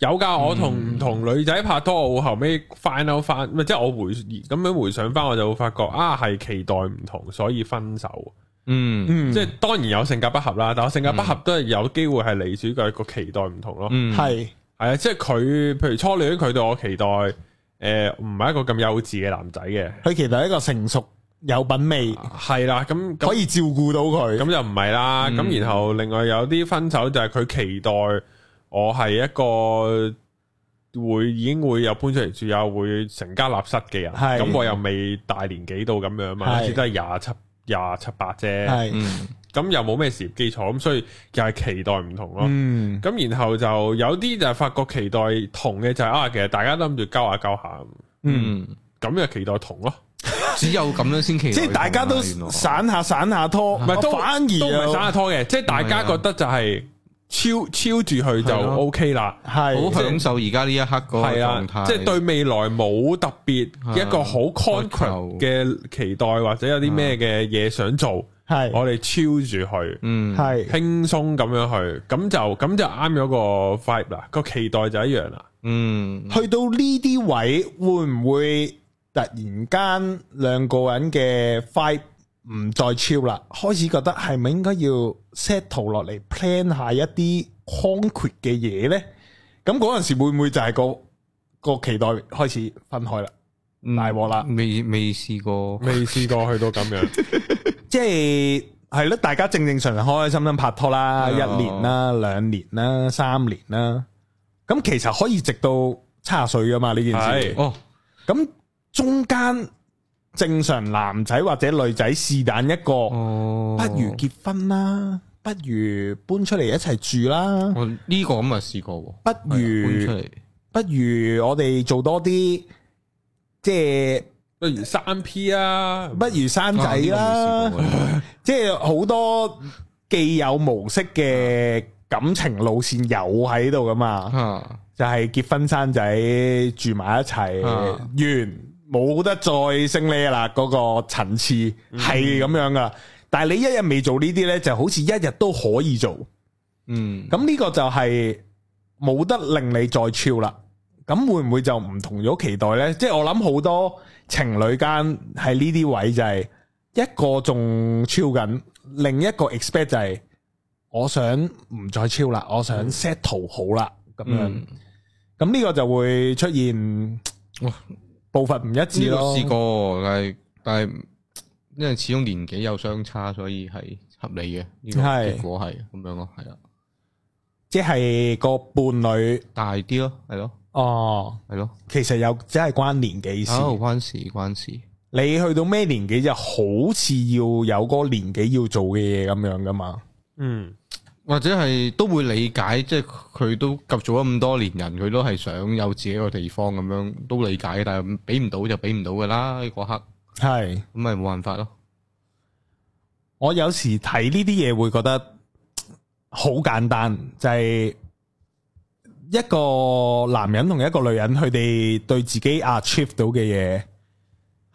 Speaker 1: 有噶，我
Speaker 2: 嗯
Speaker 1: 同唔同女仔拍拖，我後尾 find out 翻，咪即係我回咁樣回想翻，我就會發覺啊，係期待唔同，所以分手。
Speaker 3: 嗯
Speaker 2: 嗯，
Speaker 1: 即係當然有性格不合啦，但我性格不合都係有機會係嚟主嘅個期待唔同咯。係
Speaker 3: 嗯，
Speaker 2: 係
Speaker 1: 啊，即係佢譬如初戀，佢對我期待，诶、唔係一個咁幼稚嘅男仔嘅，
Speaker 2: 佢其實係一個成熟有品味。
Speaker 3: 啊
Speaker 1: 係啦，咁咁
Speaker 2: 可以照顧到佢。嗯
Speaker 1: 咁就唔係啦。咁、然後另外有啲分手就係佢期待我係一個會已經會有搬出嚟住，又會成家立室嘅人，
Speaker 2: 係
Speaker 1: 咁我又未大年紀到咁樣嘛，
Speaker 2: 係
Speaker 1: 好似都係廿七廿七八啫，
Speaker 2: 系，
Speaker 3: 嗯，
Speaker 1: 咁又冇咩事業基礎，咁所以又係期待唔同咯。
Speaker 2: 嗯，
Speaker 1: 咁然後就有啲就係發覺期待同嘅就係、啊，其實大家都諗住交下交下，
Speaker 2: 嗯，
Speaker 3: 嗯，
Speaker 1: 咁就期待同咯，
Speaker 3: 只有咁樣先期待同啊。
Speaker 2: 即系大家都
Speaker 3: 原來
Speaker 2: 散下散下拖，
Speaker 1: 唔係都
Speaker 2: 啊反而
Speaker 1: 都唔係
Speaker 2: 又
Speaker 1: 耍下拖嘅，即係大家覺得就係超超住佢就
Speaker 3: 係咯
Speaker 1: OK 啦，
Speaker 3: 好
Speaker 2: 系
Speaker 3: 享受而家呢一刻嗰個
Speaker 1: 係啊
Speaker 3: 狀，態，
Speaker 1: 即係對未來冇特別
Speaker 3: 係
Speaker 1: 一個好 concrete 嘅期待或者有啲咩嘅嘢想做，
Speaker 2: 系
Speaker 1: 我哋超住佢。
Speaker 3: 嗯
Speaker 2: 系
Speaker 1: 輕鬆咁樣去，咁就咁就啱咗個 vibe 啦，個期待就一樣啦。
Speaker 3: 嗯
Speaker 2: 去到呢啲位，會唔會突然間兩個人嘅 fight 唔再超啦？開始覺得係咪應該要 settle 落嚟 plan 下一啲 concrete 嘅嘢呢？咁嗰陣時會唔會就係個個期待開始分開啦？
Speaker 3: 嗯
Speaker 2: 大鑊啦
Speaker 3: 未未試過，
Speaker 1: 未試過去到咁樣，
Speaker 2: 即係係咯，大家正正常常開開心心拍拖啦，
Speaker 3: 係啊
Speaker 2: 一年啦、兩年啦、三年啦，咁其實可以直到七十歲噶嘛呢件事
Speaker 1: 係。
Speaker 3: 哦，
Speaker 2: 咁中間正常男仔或者女仔是但一個，
Speaker 3: 哦，
Speaker 2: 不如結婚啦，不如搬出嚟一齊住啦，
Speaker 3: 我呢個咁啊試過喎，
Speaker 2: 不
Speaker 3: 係啊搬出
Speaker 2: 如
Speaker 3: 嚟，
Speaker 2: 不如我哋做多啲，即係
Speaker 1: 不如三 P 啊，
Speaker 2: 不如生仔
Speaker 3: 啊
Speaker 2: 啦
Speaker 3: 呢個，未試 過喎
Speaker 2: 即係好多既有模式嘅感情路線有喺度噶嘛，
Speaker 3: 啊
Speaker 2: 就係結婚生仔住埋一齊
Speaker 3: 啊
Speaker 2: 完，冇得再升呢啦，嗰、個層次
Speaker 3: 嗯
Speaker 2: 係咁樣噶。但係你一日未做呢啲呢，就好似一日都可以做。
Speaker 3: 嗯，
Speaker 2: 咁呢個就係冇得令你再超啦。咁會唔會就唔同咗期待呢？即係我諗好多情侶間喺呢啲位就係一個仲超緊，另一個 expect 就係我想唔再超啦，我想 settle 好啦咁樣。
Speaker 3: 嗯
Speaker 2: 咁呢個就會出現
Speaker 3: 哇
Speaker 2: 步伐唔一致
Speaker 3: 呢個
Speaker 2: 咯。
Speaker 3: 試過，但係但係因為始終年紀有相差，所以係合理嘅呢個
Speaker 2: 係
Speaker 3: 結果係咁樣咯，係啊，
Speaker 2: 即係個伴侶
Speaker 3: 大啲咯，係咯，
Speaker 2: 哦，
Speaker 3: 係咯，
Speaker 2: 其實又真係關年紀事。
Speaker 3: 啊關事關事，
Speaker 2: 你去到咩年紀就好似要有嗰個年紀要做嘅嘢咁樣噶嘛？
Speaker 1: 嗯，
Speaker 3: 或者係都會理解，即係佢都及咗咁多年人，佢都係想有自己個地方咁樣，都理解嘅。但係俾唔到就俾唔到噶啦，嗰刻
Speaker 2: 係，
Speaker 3: 咁咪冇辦法咯。
Speaker 2: 我有時睇呢啲嘢會覺得好簡單，就係、一個男人同一個女人，佢哋對自己 achieve 到嘅嘢，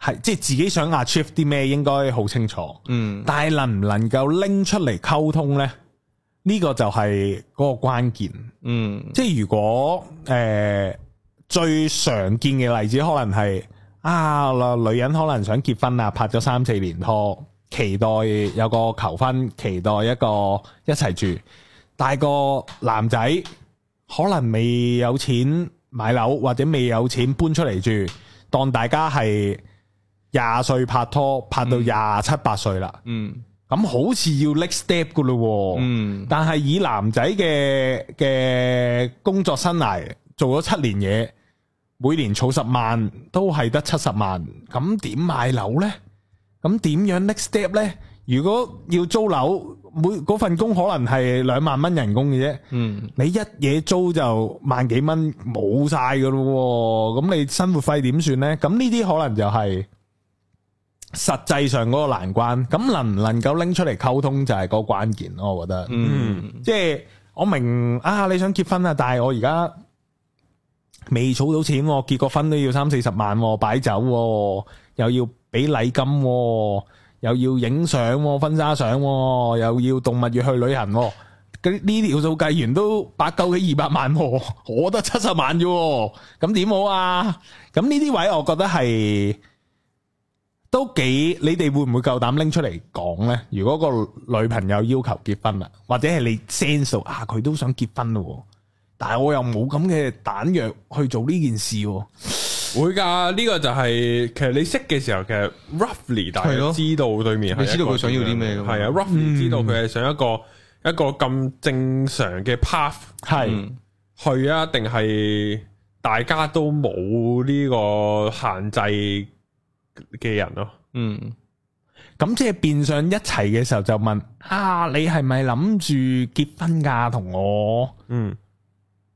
Speaker 2: 係即係自己想 achieve 啲咩，應該好清楚。
Speaker 3: 嗯，
Speaker 2: 但系能唔能夠拎出嚟溝通呢？呢、個就係嗰個關鍵。
Speaker 3: 嗯，
Speaker 2: 即係如果诶、呃最常見嘅例子，可能係啊女人可能想結婚啦，拍咗三四年拖，期待有個求婚，期待一個一齊住，但係個男仔可能未有錢買樓，或者未有錢搬出嚟住，當大家係廿歲拍拖，拍到廿七八歲啦。
Speaker 3: 嗯，
Speaker 2: 咁好似要 next step 噶咯喎，
Speaker 3: 嗯，
Speaker 2: 但係以男仔嘅嘅工作生涯做咗七年嘢，每年儲十萬都係得七十萬，咁點買樓呢？咁點樣 next step 呢？如果要租樓，每嗰份工可能係兩萬蚊人工嘅啫，
Speaker 3: 嗯，
Speaker 2: 你一嘢租就萬幾蚊冇晒噶咯喎，咁你生活費點算呢？咁呢啲可能就係實際上嗰個難關，咁能唔能夠拎出嚟溝通就係個關鍵咯，我覺得。
Speaker 3: 嗯，
Speaker 2: 即係我明啊，你想結婚啊，但係我而家未儲到錢喎，結個婚都要三四十萬喎，擺酒喎，又要俾禮金喎，又要影相喎，婚紗相喎，又要動物園去旅行喎。嗰啲呢條數計完都八九幾二百萬喎， 我得七十萬啫喎，咁點好啊？咁呢啲位我覺得係都幾，你哋會唔會夠膽拎出嚟講呢？如果個女朋友要求結婚啦，或者係你 sense 到啊，佢都想結婚咯喎，但係我又冇咁嘅彈藥去做呢件事喎。
Speaker 1: 會㗎，呢個就係其實你識嘅時候，其實 roughly 大
Speaker 3: 係
Speaker 1: 家
Speaker 3: 咯
Speaker 1: 知道對面係
Speaker 3: 你知道
Speaker 1: 一個
Speaker 3: 佢想要啲咩
Speaker 1: 點樣
Speaker 3: 㗎
Speaker 1: 嘅
Speaker 3: 嘛嗯
Speaker 1: 係啊，roughly 知道佢係想一個一個咁正常嘅 path，
Speaker 2: 係
Speaker 3: 嗯
Speaker 1: 去啊，定係大家都冇呢個限制嘅人咯？
Speaker 3: 嗯，
Speaker 2: 咁即係變相一齊嘅時候就問啊，你係咪諗住結婚㗎？同我
Speaker 1: 嗯，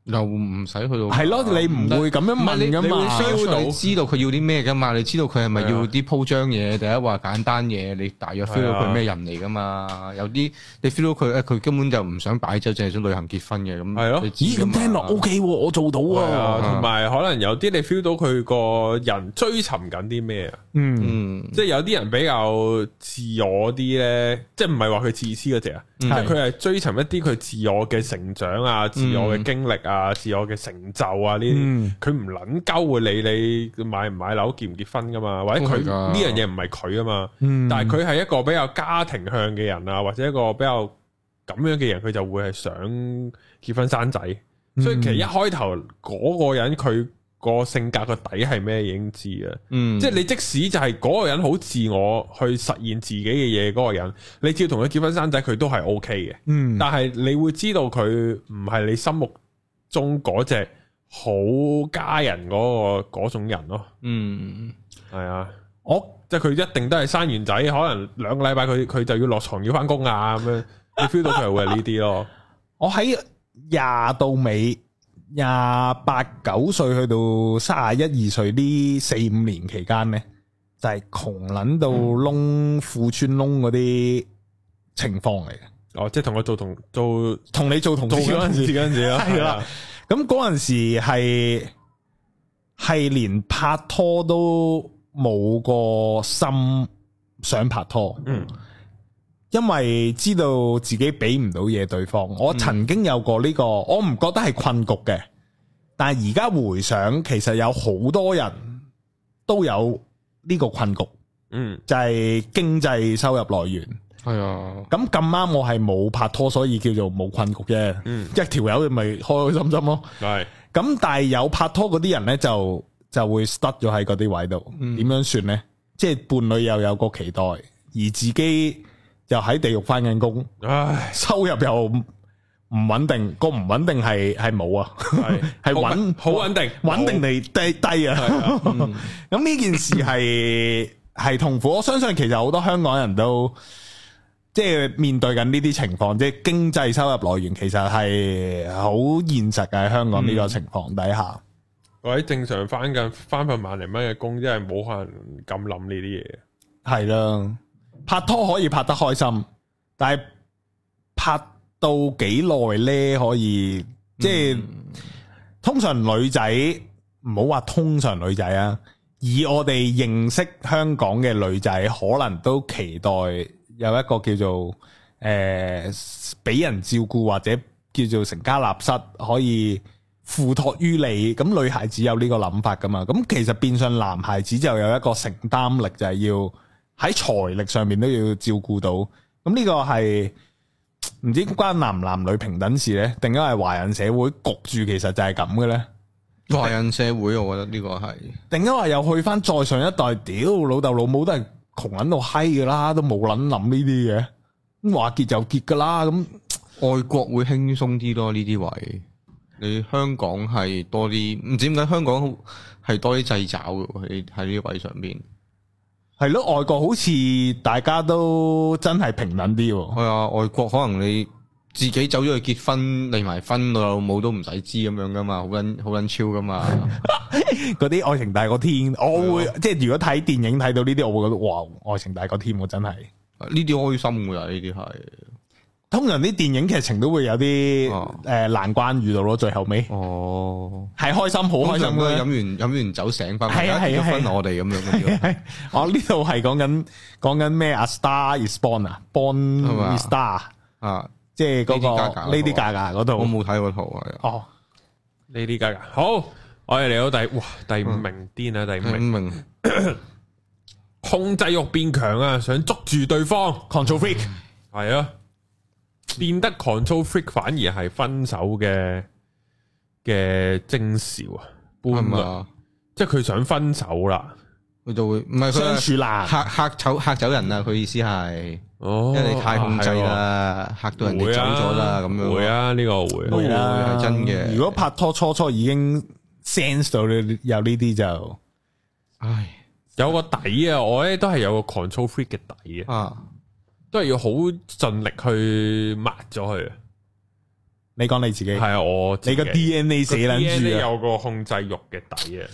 Speaker 3: 又唔使去到
Speaker 2: 係咯，你唔會咁樣
Speaker 3: 哦唔係你
Speaker 2: 問噶
Speaker 3: 你會
Speaker 2: 嘛？
Speaker 3: feel 到你知道佢要啲咩噶嘛？你知道佢係咪要啲鋪張嘢，第一話簡單嘢，你大約 feel 到
Speaker 1: 係啊
Speaker 3: 佢咩人嚟噶嘛？有啲你 feel 到佢誒，佢根本就唔想擺酒，淨係想旅行結婚嘅咁。
Speaker 1: 係咯
Speaker 3: 你知
Speaker 2: 咦，
Speaker 3: 㗎嘛嗯
Speaker 2: 咁啊聽落 O K，我做到
Speaker 1: 係啊，
Speaker 2: 喎。
Speaker 1: 同埋可能有啲你 feel 到佢個人追尋緊啲咩啊？
Speaker 2: 嗯，
Speaker 3: 嗯，
Speaker 1: 即係有啲人比較自我啲咧，即係唔係話佢自私嗰只啊，即
Speaker 3: 嗯
Speaker 1: 係佢係追尋一啲佢自我嘅成長啊、自我
Speaker 3: 嗯
Speaker 1: 嘅經歷啊、自我嘅成就啊呢
Speaker 2: 嗯
Speaker 1: 啲，佢唔撚鳩會理你買唔買樓、結唔結婚噶嘛，或者佢
Speaker 3: 都係㗎
Speaker 1: 呢樣嘢唔係佢啊嘛，
Speaker 2: 嗯
Speaker 1: 但係佢係一個比較家庭向嘅人啊，或者一個比較咁樣嘅人，佢就會係想結婚生仔，所以其實
Speaker 3: 嗯
Speaker 1: 一開頭嗰個人佢個性格個底係咩已經知啊。
Speaker 3: 嗯，
Speaker 1: 即
Speaker 3: 即
Speaker 1: 係你即使就係嗰個人好自我去實現自己嘅嘢嗰個人，你只要同佢結婚生仔，佢都係 O K 嘅。
Speaker 2: 嗯
Speaker 1: 但係你會知道佢唔係你心目中嗰只好家人嗰、個嗰種人咯。
Speaker 3: 嗯，
Speaker 1: 係啊，我即係佢一定都係生完仔，可能兩個禮拜佢佢就要落床要翻工啊咁樣。你 feel 到佢係會係呢啲咯，
Speaker 2: 我喺廿到尾廿八九歲去到三十一二歲呢四五年期間呢，就係窮撚到窿褲穿窿嗰啲情況嚟嘅。
Speaker 1: 哦，即係同佢做同做
Speaker 2: 同你做同事
Speaker 1: 做嗰
Speaker 2: 嗰
Speaker 1: 陣
Speaker 2: 陣
Speaker 1: 時
Speaker 2: 時，啊
Speaker 1: 嗰陣時 咯，
Speaker 2: 係啦，咁嗰陣時係係連拍拖都冇個心想拍拖，
Speaker 1: 嗯，
Speaker 2: 因為知道自己俾唔到嘢對方。我曾經有過呢、個，我唔覺得係困局嘅，但係而家回想，其實有好多人都有呢個困局，
Speaker 1: 嗯
Speaker 2: 就係、經濟收入來源。
Speaker 3: 係啊，
Speaker 2: 咁咁啱我係冇拍拖，所以叫做冇困局啫。
Speaker 1: 嗯，
Speaker 2: 一條友咪開開心心咯。
Speaker 1: 係
Speaker 2: 咁但係有拍拖嗰啲人呢，就就會 stuck 咗喺嗰啲位度。
Speaker 3: 嗯
Speaker 2: 點樣算呢？即係伴侶又有個期待，而自己又喺地獄翻緊工，
Speaker 1: 唉，
Speaker 2: 收入又唔穩定，個唔穩定係係冇啊，
Speaker 1: 係
Speaker 2: 係
Speaker 1: 好
Speaker 2: 穩
Speaker 1: 好穩定，
Speaker 2: 穩定地低低啊。
Speaker 3: 嗯
Speaker 2: 咁呢件事係係痛苦，我相信其實好多香港人都即係面對緊呢啲情況，即係經濟收入來源其實係好現實嘅喺香港呢
Speaker 1: 嗯
Speaker 2: 個情況底下。
Speaker 1: 或者正常翻緊翻份萬零蚊嘅工，真係冇可能咁諗呢啲嘢。
Speaker 2: 係啦，拍拖可以拍得開心，但係拍到幾耐呢？可以即係、通常女仔唔好話通常女仔啊，以我哋認識香港嘅女仔，可能都期待有一個叫做诶俾、人照顧或者叫做成家立室，可以付托於你。咁女孩子有呢個諗法噶嘛？咁其實變相男孩子就有一個承擔力，就係要喺財力上面都要照顧到。咁呢個係。唔知關男唔男女平等事呢？定因為華人社會焗住，其實就係咁嘅呢？
Speaker 3: 華人社會，我覺得呢個係
Speaker 2: 定因為又去翻再上一代，屌老豆老母都係窮撚到閪噶啦，都冇撚諗呢啲嘅，咁話結就結噶啦，咁
Speaker 3: 外國會輕鬆啲咯，呢啲位。你香港係多啲，唔知點解香港係多啲掣肘嘅喎喺喺呢個位上邊。
Speaker 2: 係咯。外國好似大家都真係平等啲喎，
Speaker 3: 係啊，外國可能你自己走咗去結婚，離埋婚，老豆老母都唔使知咁樣噶嘛，好撚好撚超噶嘛。
Speaker 2: 嗰啲愛情大過天，我會即係如果睇電影睇到呢啲，我會覺得哇，愛情大過天喎，真係。
Speaker 3: 呢啲開心㗎啦，呢啲係。
Speaker 2: 通常啲電影劇情都會有啲
Speaker 3: 哦
Speaker 2: 誒難關遇到咯，最後尾
Speaker 3: 哦，
Speaker 2: 係開心，好開
Speaker 3: 通
Speaker 2: 心
Speaker 3: 常都係飲
Speaker 2: 嘅。
Speaker 3: 完飲完酒醒翻，
Speaker 2: 係啊係
Speaker 3: 結
Speaker 2: 啊
Speaker 3: 咗婚
Speaker 2: 係啊
Speaker 3: 我哋咁樣嗰 啲咯。
Speaker 2: 我哦呢度係講緊講緊咩？A 啊 Star Is Born 啊，Born
Speaker 3: 係嘛
Speaker 2: with Star，
Speaker 3: 啊，
Speaker 2: 即係嗰個
Speaker 3: Lady Gaga 嗰個啊
Speaker 2: Lady Gaga 嗰
Speaker 3: 我
Speaker 2: 度。
Speaker 3: 冇睇過圖啊。
Speaker 2: 哦，
Speaker 1: 呢啲噶，好，我哋嚟到第哇第五名癲啊，第五
Speaker 3: 唔
Speaker 1: 名
Speaker 3: 明
Speaker 1: 控制欲變強啊，想捉住對方，
Speaker 2: Control Freak
Speaker 1: 係啊，變得 control freak 反而係分手嘅嘅徵兆啊，
Speaker 3: 係
Speaker 1: 搬
Speaker 3: 咪
Speaker 1: 啦，
Speaker 3: 啊？
Speaker 1: 即係佢想分手啦，
Speaker 3: 佢就會唔係
Speaker 2: 相
Speaker 3: 佢
Speaker 2: 處難，
Speaker 3: 嚇嚇走嚇走人啊！佢意思係，
Speaker 1: 哦，啊
Speaker 3: 因為你太控制啦，嚇到人哋
Speaker 1: 會
Speaker 3: 走
Speaker 1: 啊
Speaker 3: 咗啦，咁樣
Speaker 1: 会，啊，呢個會啊
Speaker 3: 會
Speaker 2: 啦，
Speaker 3: 哦係真嘅
Speaker 2: 如果拍拖初初已經 sense 到你有呢啲就
Speaker 3: 唉
Speaker 1: 有個底啊，我咧都係有個 control freak 嘅底啊，
Speaker 3: 啊，
Speaker 1: 都係要好盡力去抹咗佢啊。
Speaker 2: 你講你自己，
Speaker 1: 係啊，我自
Speaker 2: 你
Speaker 1: 己
Speaker 2: 個 DNA 死
Speaker 1: 個 DNA
Speaker 2: 撚住啊！
Speaker 1: 有個控制欲嘅底啊。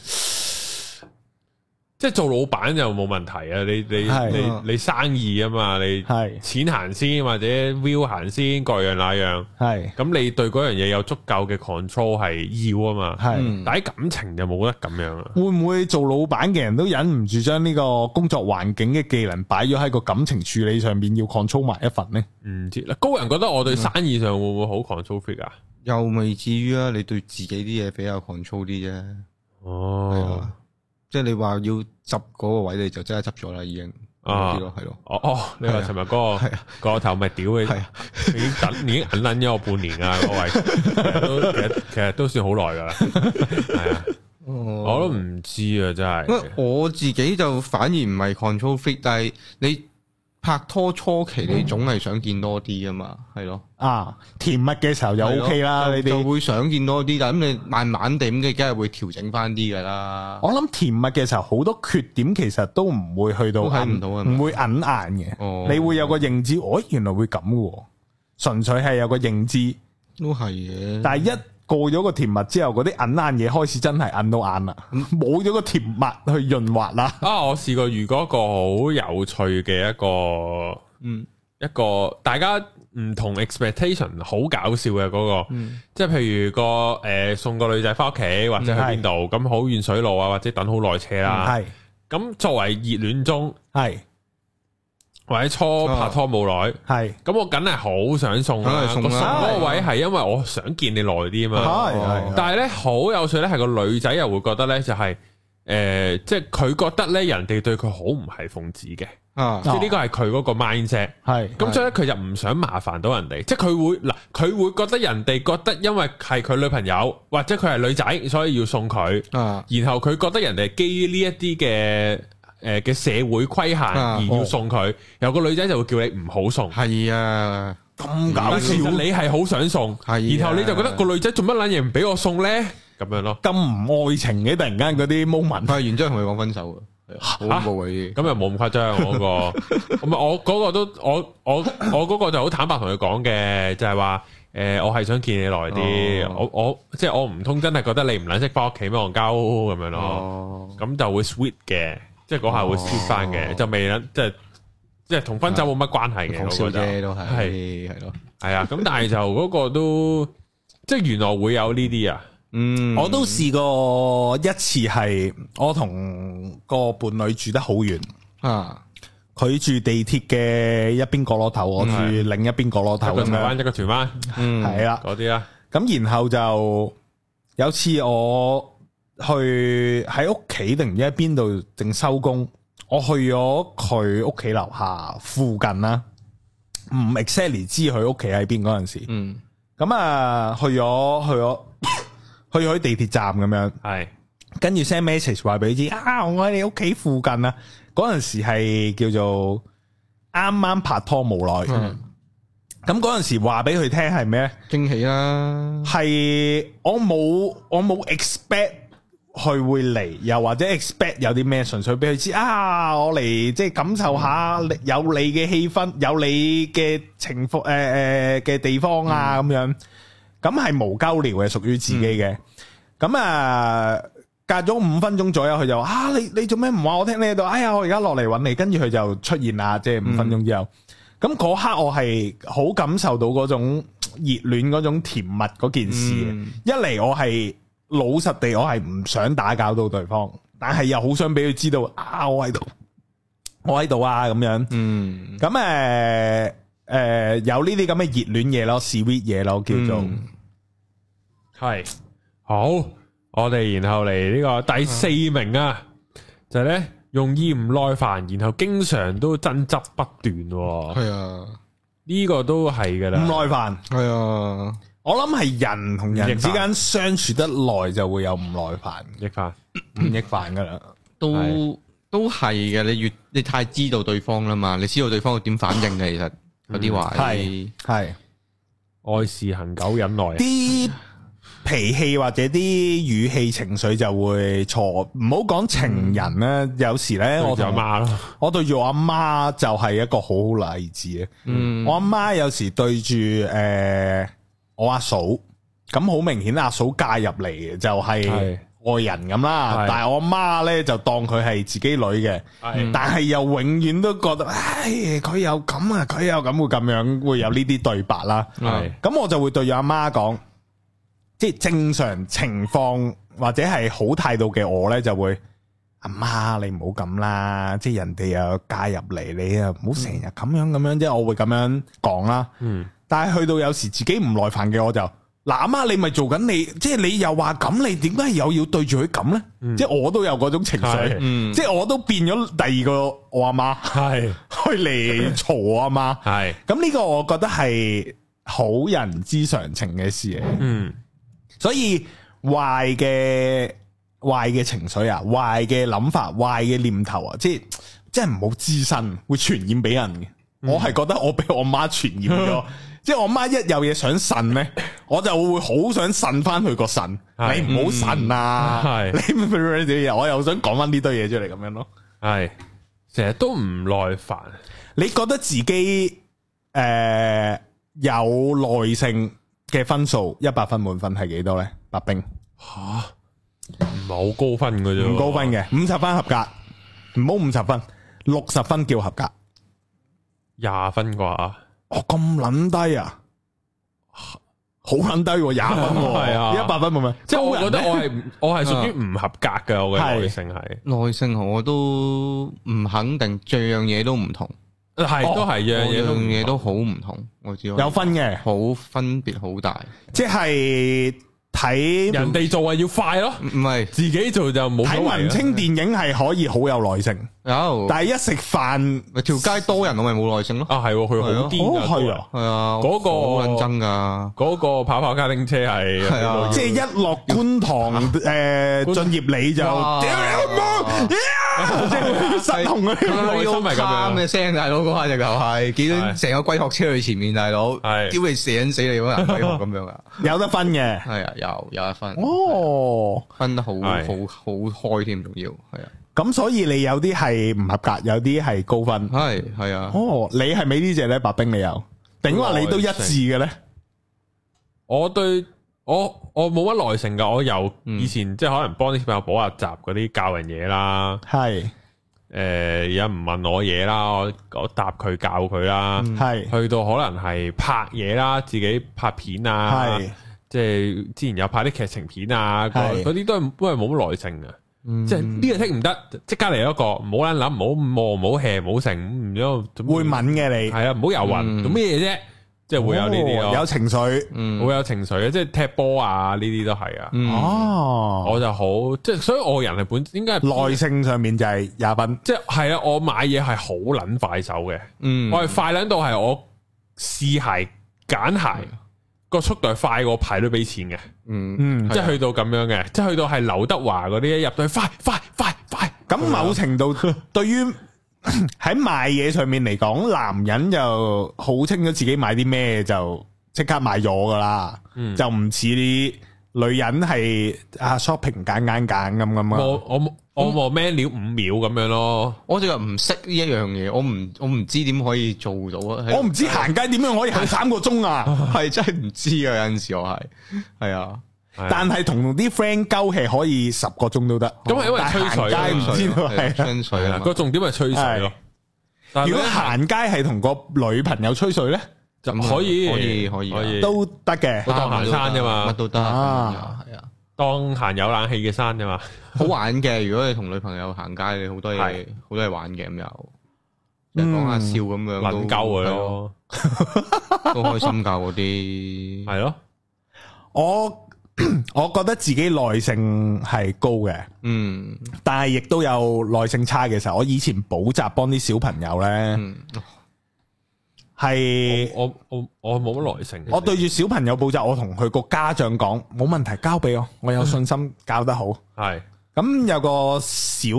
Speaker 1: 即係做老闆就冇問題啊，你
Speaker 2: 係
Speaker 1: 你你你生意啊嘛，你
Speaker 2: 係
Speaker 1: 錢行先或者 view 行先，各樣那樣，
Speaker 2: 係
Speaker 1: 咁你對嗰樣嘢有足夠嘅 control 係要啊嘛。
Speaker 2: 係，
Speaker 3: 嗯
Speaker 1: 但喺感情就冇得咁樣啊。
Speaker 2: 會唔會做老闆嘅人都忍唔住將呢個工作環境嘅技能擺咗喺個感情處理上面，要 control 埋一份呢？
Speaker 1: 唔知嗱，高人覺得我
Speaker 2: 嗯
Speaker 1: 對生意上會唔會好 control freak 啊？
Speaker 3: 又未至於啊！你對自己啲嘢比較 control 啲啫，係
Speaker 1: 哦，
Speaker 3: 啊，即係你話要執嗰個位，你就真係執咗啦，已經，
Speaker 1: 啊
Speaker 3: 呢個係咯，
Speaker 1: 哦哦，你話尋日嗰個
Speaker 3: 係啊
Speaker 1: 個頭咪屌
Speaker 3: 係
Speaker 1: 嘅
Speaker 3: 啊，
Speaker 1: 已經 等已經忍撚咗我半年啊！嗰位都其實其實都算好耐噶啦，係啊，我
Speaker 3: 我
Speaker 1: 都唔知啊，真
Speaker 3: 因為
Speaker 1: 係
Speaker 3: 我自己就反而唔係 control fit，但係你拍拖初期你總係想見多啲噶嘛，係咯，
Speaker 2: 啊，甜蜜嘅時候就
Speaker 3: 係咯
Speaker 2: OK 啦，
Speaker 3: 就
Speaker 2: 你
Speaker 3: 就
Speaker 2: 哋。
Speaker 3: 會想見多啲，但咁你慢慢地咁，你梗係會調整翻啲噶啦。
Speaker 2: 我諗甜蜜嘅時候好多缺點其實都唔會去到
Speaker 3: 都睇唔
Speaker 2: 硬
Speaker 3: 到啊
Speaker 2: 唔會揞眼嘅。
Speaker 3: 哦
Speaker 2: 你會有個認知，哦，原來會咁嘅喎，純粹係有個認知。
Speaker 3: 都係嘅，
Speaker 2: 但係一過咗個甜蜜之後，嗰啲揞眼嘢開始真係揞到眼啦，
Speaker 3: 嗯
Speaker 2: 冇咗個甜蜜去潤滑啦。
Speaker 1: 啊！我試過遇過一個好有趣嘅一個
Speaker 3: 嗯
Speaker 1: 一個大家唔同 expectation，好搞笑嘅嗰個。
Speaker 3: 嗯
Speaker 1: 即係譬如個诶、呃送個女仔翻屋企或者去邊度，咁好遠水路啊，或者等好耐車
Speaker 3: 啊嗯
Speaker 1: 啦。
Speaker 2: 係
Speaker 1: 咁作為熱戀中
Speaker 2: 係
Speaker 1: 或者初
Speaker 3: 哦
Speaker 1: 拍拖冇耐，
Speaker 2: 係
Speaker 1: 咁、我梗係好想送啦。
Speaker 3: 梗
Speaker 1: 個
Speaker 3: 係送
Speaker 1: 送
Speaker 3: 啦
Speaker 1: 嗰個位係因為我想見你耐啲啊嘛。
Speaker 2: 係
Speaker 3: 哦
Speaker 2: 係。
Speaker 1: 但係咧好有趣咧，係個女仔又會覺得咧就係、诶、即係佢覺得咧人哋對佢好唔係奉旨嘅，
Speaker 3: 啊
Speaker 1: 即係呢個係佢嗰個 mindset。
Speaker 2: 係
Speaker 1: 咁所以咧，佢就唔想麻煩到人哋，即係佢會嗱，佢會覺得人哋覺得因為係佢女朋友或者佢係女仔，所以要送佢，
Speaker 3: 啊
Speaker 1: 然後佢覺得人哋係基於呢一啲嘅誒嘅社會規限
Speaker 3: 啊
Speaker 1: 而要送佢，有個女仔就會叫你唔好送。
Speaker 3: 係啊，
Speaker 2: 咁
Speaker 1: 但
Speaker 2: 搞
Speaker 1: 其實
Speaker 2: 笑，
Speaker 1: 你係好想送，
Speaker 3: 係啊
Speaker 1: 然後你就覺得個女仔做乜撚嘢唔俾我送呢？咁樣咯，
Speaker 2: 咁唔愛情嘅，突然間嗰啲 moment
Speaker 3: 拍完之後同佢講分手啊，係啊好恐怖啊呢啲，
Speaker 1: 咁又冇咁誇張。我嗰個咁啊，我嗰個都我我我嗰個就好坦白同佢講嘅，就係話誒，我係想見你耐啲。
Speaker 3: 哦
Speaker 1: 我我即係我唔通真係覺得你唔撚識翻屋企咩戇鳩咁樣咯。
Speaker 3: 哦，
Speaker 1: 咁就會 sweet 嘅，即係嗰下會 sweet 翻嘅，
Speaker 3: 哦
Speaker 1: 就未撚即係即係同分手冇乜關係嘅。
Speaker 3: 講笑
Speaker 1: 我覺得
Speaker 3: 啫都係
Speaker 1: 係
Speaker 3: 係咯，
Speaker 1: 係啊，咁但係就嗰個都即係原來會有呢啲啊。
Speaker 3: 嗯，
Speaker 2: 我都試過一次係我同個伴侶住得好遠，
Speaker 3: 啊
Speaker 2: 佢住地鐵嘅一邊角落頭，我住
Speaker 1: 嗯
Speaker 2: 另一邊角落頭
Speaker 1: 一個
Speaker 2: 咁
Speaker 1: 台灣
Speaker 2: 樣，
Speaker 1: 一個荃灣
Speaker 3: 嗯
Speaker 2: 係啦。
Speaker 1: 嗰啲啦，
Speaker 2: 咁然後就有次我去喺屋企定唔知喺邊度正收工，我去咗佢屋企樓下附近啦，唔 exactly 知佢屋企喺邊嗰陣時，
Speaker 3: 嗯
Speaker 2: 咁啊去咗去咗 去咗地鐵站咁樣。
Speaker 1: 係
Speaker 2: 跟住 send message 話俾佢知啊，我喺你屋企附近啊。嗰陣時係叫做啱啱拍拖冇耐，
Speaker 3: 嗯
Speaker 2: 咁嗰陣時話俾佢聽係咩咧？
Speaker 3: 驚喜啦，
Speaker 2: 係我冇我冇 expect 佢會嚟，又或者 expect 有啲咩，純粹俾佢知啊，我嚟即係感受下你有你嘅氣氛，有你嘅情況誒誒嘅地方啊咁樣，咁係無交聊嘅，屬於自己嘅。咁啊、隔咗五分鐘左右，佢就話啊，你你做咩唔話我聽你喺度？哎呀，我而家落嚟揾你，跟住佢就出現啦，即係五分鐘之後。咁嗰刻我係好感受到嗰種熱戀嗰種甜蜜嗰件事嘅。
Speaker 3: 嗯
Speaker 2: 一嚟我係老實地，我係唔想打攪到對方，但係又好想俾佢知道啊，我喺度，我喺度啊咁樣。
Speaker 3: 嗯
Speaker 2: 咁誒誒有呢啲咁嘅熱戀嘢咯，sweet 嘢咯，叫做
Speaker 3: 嗯
Speaker 1: 系好，我哋然後嚟呢個第四名啊，就係咧容易唔耐煩，然後經常都爭執不斷喎，
Speaker 3: 係啊
Speaker 1: 呢個都係噶
Speaker 2: 唔
Speaker 1: 啦。
Speaker 2: 耐煩。
Speaker 3: 係啊，
Speaker 2: 我諗係人同人之
Speaker 1: 唔
Speaker 2: 間相處得耐就會有唔耐煩，
Speaker 1: 逆凡
Speaker 2: 唔逆煩噶啦。
Speaker 3: 都
Speaker 1: 係
Speaker 3: 都係嘅，你越你太知道對方啦嘛，你知道對方會點反應嘅，其實有啲話
Speaker 2: 係系
Speaker 1: 愛是恒久忍耐啊，
Speaker 2: 啲脾氣或者啲語氣情緒就會錯。唔好講情人咧，有時咧我
Speaker 1: 我就
Speaker 2: 同
Speaker 1: 骂咯，
Speaker 2: 我對住我阿媽就係一個好好例子啊！
Speaker 3: 嗯
Speaker 2: 我阿媽有時對住诶、呃我阿嫂，咁好明顯阿嫂嫁入嚟嘅就係
Speaker 1: 係
Speaker 2: 外人咁啦
Speaker 1: 係，
Speaker 2: 但係我阿媽咧就當佢係自己女嘅，
Speaker 1: 係
Speaker 2: 但係又永遠都覺得，唉，佢又咁啊，佢又咁會咁樣，會有呢啲對白啦。
Speaker 1: 係
Speaker 2: 咁我就會對阿媽講，即系正常情況或者係好態度嘅我呢，就會阿媽你唔好咁啦，即系人哋又嫁入嚟，你又唔好成日咁樣咁樣即係我會咁樣講啦。
Speaker 1: 嗯
Speaker 2: 但係去到有時自己唔耐煩嘅我就。嗱，阿媽你咪做緊你，即係你又話咁，你點解又要對住佢咁呢？
Speaker 1: 嗯
Speaker 2: 即係我都有嗰種情緒
Speaker 1: 係，
Speaker 3: 嗯
Speaker 2: 即係我都變咗第二個我阿媽
Speaker 1: 係
Speaker 2: 去嚟嘈我阿媽。
Speaker 1: 係
Speaker 2: 咁呢個我覺得係好人之常情嘅事嚟，
Speaker 1: 嗯
Speaker 2: 所以壞嘅壞嘅情緒啊，壞嘅諗法、壞嘅念頭啊，即係即係唔好滋生，會傳染俾人嘅。
Speaker 1: 嗯
Speaker 2: 我係覺得我俾我媽傳染 咗，即係我媽一有嘢想呻咧，我就會好想呻翻佢個腎。
Speaker 1: 係嗯
Speaker 2: 你唔好呻啊！
Speaker 1: 係
Speaker 2: 你明唔明我又想講翻呢堆嘢出嚟咁樣咯。
Speaker 1: 係，成日都唔耐煩，
Speaker 2: 你覺得自己诶、呃有耐性嘅分數一百分滿分係幾多呢？白冰唔
Speaker 1: 唔係好高分嘅啫喎，
Speaker 2: 高分嘅，五十分合格，唔好五十分，六十分叫合格。
Speaker 1: 廿分啩，
Speaker 2: 哦，咁撚低啊！好撚低喎，廿分喎，
Speaker 1: 係啊
Speaker 2: 一百分冇咪？
Speaker 1: 即係我
Speaker 2: 高
Speaker 1: 覺
Speaker 2: 人
Speaker 1: 得
Speaker 2: 呢
Speaker 1: 我係我係屬於唔合格嘅，我嘅
Speaker 2: 啊係
Speaker 1: 耐性係
Speaker 3: 耐性我都唔肯定，樣樣嘢都唔同，
Speaker 1: 係都係樣嘢
Speaker 3: 哦樣
Speaker 1: 都唔
Speaker 3: 嘢都好唔同，我只可以
Speaker 2: 有分嘅，
Speaker 3: 好分別好大，
Speaker 2: 即係睇
Speaker 1: 人哋做啊要快咯，
Speaker 3: 唔唔係
Speaker 1: 自己做就冇
Speaker 2: 睇
Speaker 1: 所謂
Speaker 2: 文
Speaker 1: 啊
Speaker 2: 青電影係可以好有耐性，
Speaker 3: 有，
Speaker 2: 但係一食飯
Speaker 3: 咪條街多人我咪冇耐性咯，
Speaker 1: 啊係喎，佢好癲㗎
Speaker 2: 哦係
Speaker 1: 嗰個
Speaker 2: 啊。
Speaker 3: 係啊，
Speaker 1: 嗰個
Speaker 3: 好撚憎㗎，
Speaker 1: 嗰個跑跑卡丁車係
Speaker 3: 係啊
Speaker 2: 即係一落觀塘诶，
Speaker 1: 啊觀
Speaker 2: 進業你就屌
Speaker 3: 哇
Speaker 2: 你老母，呀即係失控啊嗰啲。
Speaker 1: 內心 係咁樣
Speaker 3: 嘅聲，大佬嗰下就係見到
Speaker 1: 係
Speaker 3: 成個龜殼車去前面，大佬，
Speaker 1: 係
Speaker 3: 屌你射死你嗰人龜殼咁樣啊！
Speaker 2: 有得分嘅。
Speaker 3: 係啊，有有一分，啊
Speaker 2: 哦，
Speaker 3: 分得好好
Speaker 1: 係
Speaker 3: 好開添，仲要係啊，
Speaker 2: 咁所以你有啲係唔合格，有啲係高分。
Speaker 3: 係係啊，
Speaker 2: 哦，你係咪呢只咧？白冰你有，定話你都一致嘅咧？
Speaker 1: 我對我我冇乜耐性噶，我由
Speaker 3: 嗯
Speaker 1: 以前、即係可能幫啲小朋友補下習嗰啲教人嘢啦，
Speaker 2: 係
Speaker 1: 诶、有人唔問我嘢啦，我我答佢教佢啦，
Speaker 2: 係
Speaker 1: 去到可能係拍嘢啦，自己拍片啊，
Speaker 2: 係
Speaker 1: 即係之前有拍啲劇情片啊，嗰
Speaker 2: 係
Speaker 1: 嗰啲都係都係冇乜耐性嘅。
Speaker 3: 嗯
Speaker 1: 即係呢個剔唔得，即刻嚟一個，唔好撚諗，唔好望，唔好 hea，唔好成，唔知做咩
Speaker 2: 會敏嘅你
Speaker 1: 係，啊，唔好游魂，
Speaker 3: 嗯
Speaker 1: 做咩嘢啫？即係會有呢啲
Speaker 2: 哦
Speaker 1: 咯。
Speaker 2: 有情緒。
Speaker 3: 嗯
Speaker 1: 好有情緒嘅，即係踢波啊呢啲都係啊。
Speaker 3: 嗯
Speaker 2: 哦，
Speaker 1: 我就好即係，所以我人係本應該係
Speaker 2: 耐，性上面就係廿分。
Speaker 1: 即係係啊！我買嘢係好撚快手嘅，
Speaker 3: 嗯
Speaker 1: 我係快撚到係我試鞋揀鞋個速度係快過排隊俾錢嘅，
Speaker 3: 嗯
Speaker 2: 嗯，
Speaker 1: 即係去到咁樣嘅，即係去到係劉德華嗰啲一入到去快快快快，
Speaker 2: 咁某程 度對於 喺賣嘢上面嚟講，男人就好清楚自己買啲咩就即刻買咗噶啦，
Speaker 1: 嗯
Speaker 2: 就唔似啲女人係啊 shopping 揀揀揀咁咁
Speaker 1: 我
Speaker 2: 啊。
Speaker 1: 我我望 menu 五秒咁樣咯，
Speaker 3: 我就唔識呢一樣嘢，我唔我唔知點可以做到啊！
Speaker 2: 我唔知行街點樣可以行三個 鐘啊，
Speaker 3: 係真係唔知啊！有陣時我係係啊，
Speaker 1: 係啊
Speaker 2: 但係同啲 friend 鳩氣可以十個鐘都得。
Speaker 1: 咁係因為
Speaker 2: 但
Speaker 1: 吹水
Speaker 2: 行街唔知道
Speaker 3: 係
Speaker 2: 係啊。
Speaker 3: 吹水
Speaker 1: 係
Speaker 3: 啊
Speaker 1: 啦
Speaker 3: 嘛
Speaker 1: 個重點係吹水咯
Speaker 2: 係。
Speaker 1: 但係
Speaker 2: 如果行街係同個女朋友吹水呢，
Speaker 1: 就可以
Speaker 3: 可以可以啊
Speaker 2: 都得嘅
Speaker 1: 我。當行山啫嘛
Speaker 3: 乜都得，
Speaker 2: 啊
Speaker 3: 係啊。
Speaker 1: 當行有冷氣嘅山啫嘛。
Speaker 3: 好玩嘅，如果你同女朋友行街，你好多嘢
Speaker 1: 係
Speaker 3: 好多嘢玩嘅咁又，即係講下笑咁樣，
Speaker 1: 嗯能啊救佢，咯，
Speaker 3: 都開心噶嗰啲
Speaker 1: 系。咯，
Speaker 2: 我 我覺得自己耐性係高嘅。
Speaker 3: 嗯
Speaker 2: 但系亦都有耐性差嘅時候。我以前補習幫啲小朋友呢，
Speaker 3: 嗯，
Speaker 2: 係
Speaker 1: 我我我我冇乜耐性，
Speaker 2: 我對住小朋友補習，我同佢個家長講冇問題，交俾我，我有信心教得好。
Speaker 1: 系
Speaker 2: 咁有個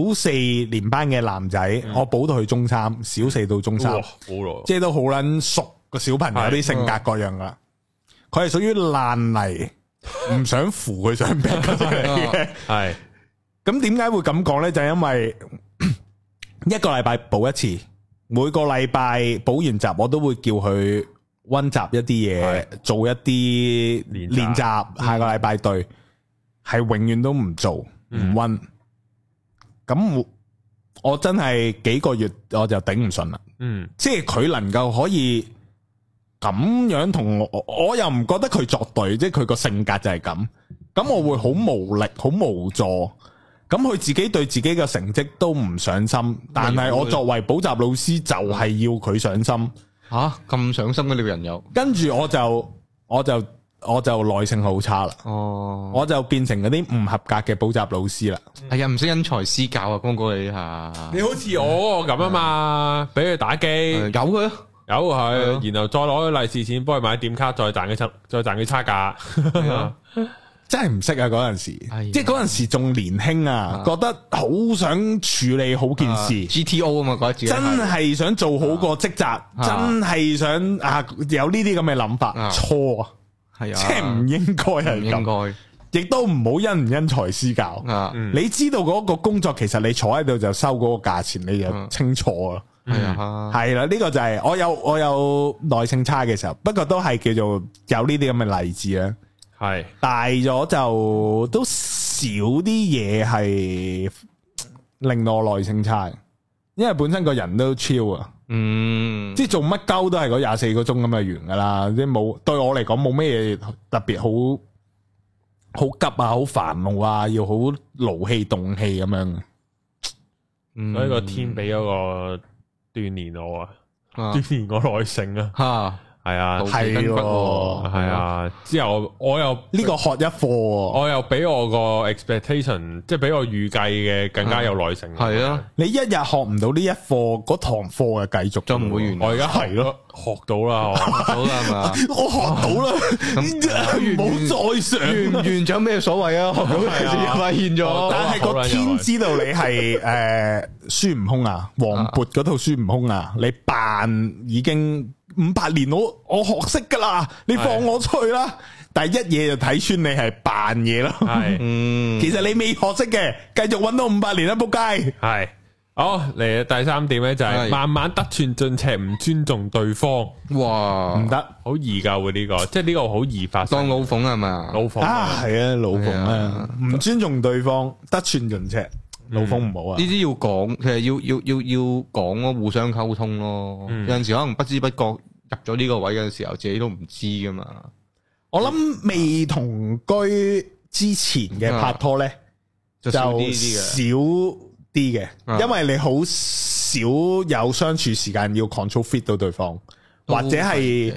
Speaker 2: 小四年班嘅男仔，我補到佢中三，小四到中
Speaker 1: 哇
Speaker 2: 三，
Speaker 1: 好咯，
Speaker 2: 即係都好撚熟個小朋友啲性格各樣噶。佢係屬於爛泥，唔想扶佢上壁嗰種嚟嘅。
Speaker 1: 系
Speaker 2: 咁點解會咁講呢？就係因為 一個禮拜補一次，每個禮拜補完習，我都會叫佢温習一啲嘢，做一啲
Speaker 1: 練習
Speaker 2: 練習。下個禮拜對，係永遠都唔做，
Speaker 1: 嗯
Speaker 2: 唔温。咁我我真係幾個月我就頂唔順啦。
Speaker 1: 嗯
Speaker 2: 即係佢能夠可以咁樣同我，我我又唔覺得佢作對，即係佢個性格就係咁，咁我會好無力，好無助。咁佢自己對自己嘅成績都唔上心，但係我作為補習老師就係要佢上心，
Speaker 3: 吓咁上心嘅呢個人有，
Speaker 2: 跟住我就我就我就耐性好差啦，
Speaker 3: 哦，
Speaker 2: 我就變成嗰啲唔合格嘅補習老師啦。
Speaker 3: 係啊，唔識因材施教啊，光哥你下，
Speaker 1: 你好似我嗰個咁啊嘛，俾佢打機。
Speaker 3: 有佢啊，
Speaker 1: 有
Speaker 3: 係啊
Speaker 1: 佢，然後再攞啲利是錢幫佢買點卡，再賺佢差，再賺佢差價。
Speaker 3: 係啊
Speaker 2: 真係唔識啊！嗰陣時，
Speaker 3: 哎呀
Speaker 2: 即係嗰陣時仲年輕啊，覺得好想處理好件事。
Speaker 3: ，GTO 啊嘛，覺得自己
Speaker 2: 真
Speaker 3: 係啊
Speaker 2: 係想做好個職責，真係想啊有呢啲咁嘅諗法，
Speaker 3: 啊
Speaker 2: 錯啊，
Speaker 3: 係啊，
Speaker 2: 即係唔應該
Speaker 3: 唔
Speaker 2: 係咁，
Speaker 3: 應
Speaker 2: 亦都唔好因唔因材施教。
Speaker 3: 該啊，
Speaker 1: 嗯
Speaker 2: 你知道嗰個工作其實你坐喺度就收嗰個價錢，你就
Speaker 3: 嗯
Speaker 2: 清楚啦。
Speaker 3: 係啊，
Speaker 2: 係啦，呢個就係我有我有耐性差嘅時候，不過都係叫做有呢啲咁嘅例子啦。
Speaker 1: 係
Speaker 2: 大咗就都少啲嘢係令我耐性差嘅，因為本身個人都超啊。
Speaker 3: 嗯，
Speaker 2: 即系做乜鳩都係嗰廿四個鐘咁就完噶啦，即係冇對我嚟講冇咩嘢特別好好急啊，好煩怒啊，要好勞氣動氣咁樣。
Speaker 3: 嗯
Speaker 1: 所以個天俾嗰個鍛鍊我啊，
Speaker 3: 啊
Speaker 1: 鍛鍊我耐性啊，
Speaker 3: 吓，
Speaker 1: 係啊，
Speaker 3: 好
Speaker 2: 係
Speaker 3: 筋
Speaker 2: 喎
Speaker 3: 骨喎
Speaker 1: 係，啊。之後我又
Speaker 2: 呢個學一課喎，
Speaker 1: 我又俾我個 expectation，即係俾我預計嘅更加有耐性。
Speaker 3: 係啊，
Speaker 2: 你一日學唔到呢一課，嗰堂課嘅繼續
Speaker 3: 就唔會完
Speaker 1: 我而家係咯，學到啦， 我
Speaker 3: 好啦啊係嘛。
Speaker 2: 我學到啦，
Speaker 3: 咁
Speaker 2: 唔好再上。
Speaker 3: 完唔完獎咩所謂啊？學到
Speaker 1: 係啊
Speaker 3: 發
Speaker 1: 我
Speaker 3: 現咗
Speaker 1: 覺，
Speaker 2: 但係個天知道你係诶孫悟空啊，黃渤嗰套孫悟空啊，你扮已經五百年我我学识噶啦，你放我出去啦！但係一嘢就睇穿你係扮嘢咯。
Speaker 1: 係
Speaker 3: 嗯，
Speaker 2: 其實你未學識嘅，繼續揾到五百年啦，仆街！
Speaker 1: 係。好嚟第三點咧，就係
Speaker 3: 係
Speaker 1: 慢慢得寸進尺，唔尊重對方，
Speaker 3: 哇
Speaker 2: 唔，得
Speaker 1: 好易㗎喎呢個，即係呢個好易發
Speaker 3: 當
Speaker 1: 生。
Speaker 3: 老馮係嘛？
Speaker 1: 老火
Speaker 2: 啊，係啊，老馮啊，唔尊重對方，得寸進尺，老馮唔好啊
Speaker 3: 呢。啲要講，其實要要要要講咯，互相溝通咯。
Speaker 1: 嗯
Speaker 3: 有陣時可能不知不覺入咗呢個位嘅時候，自己都唔知噶嘛。
Speaker 2: 我諗未同居之前嘅拍拖咧。
Speaker 3: 就
Speaker 2: 就
Speaker 3: 少
Speaker 2: 少
Speaker 3: 啲呢啲嘅，
Speaker 2: 啲嘅，
Speaker 3: 啊
Speaker 2: 因為你好少有相處時間要 control fit 到對方，
Speaker 3: 都
Speaker 2: 或者係
Speaker 3: 嘅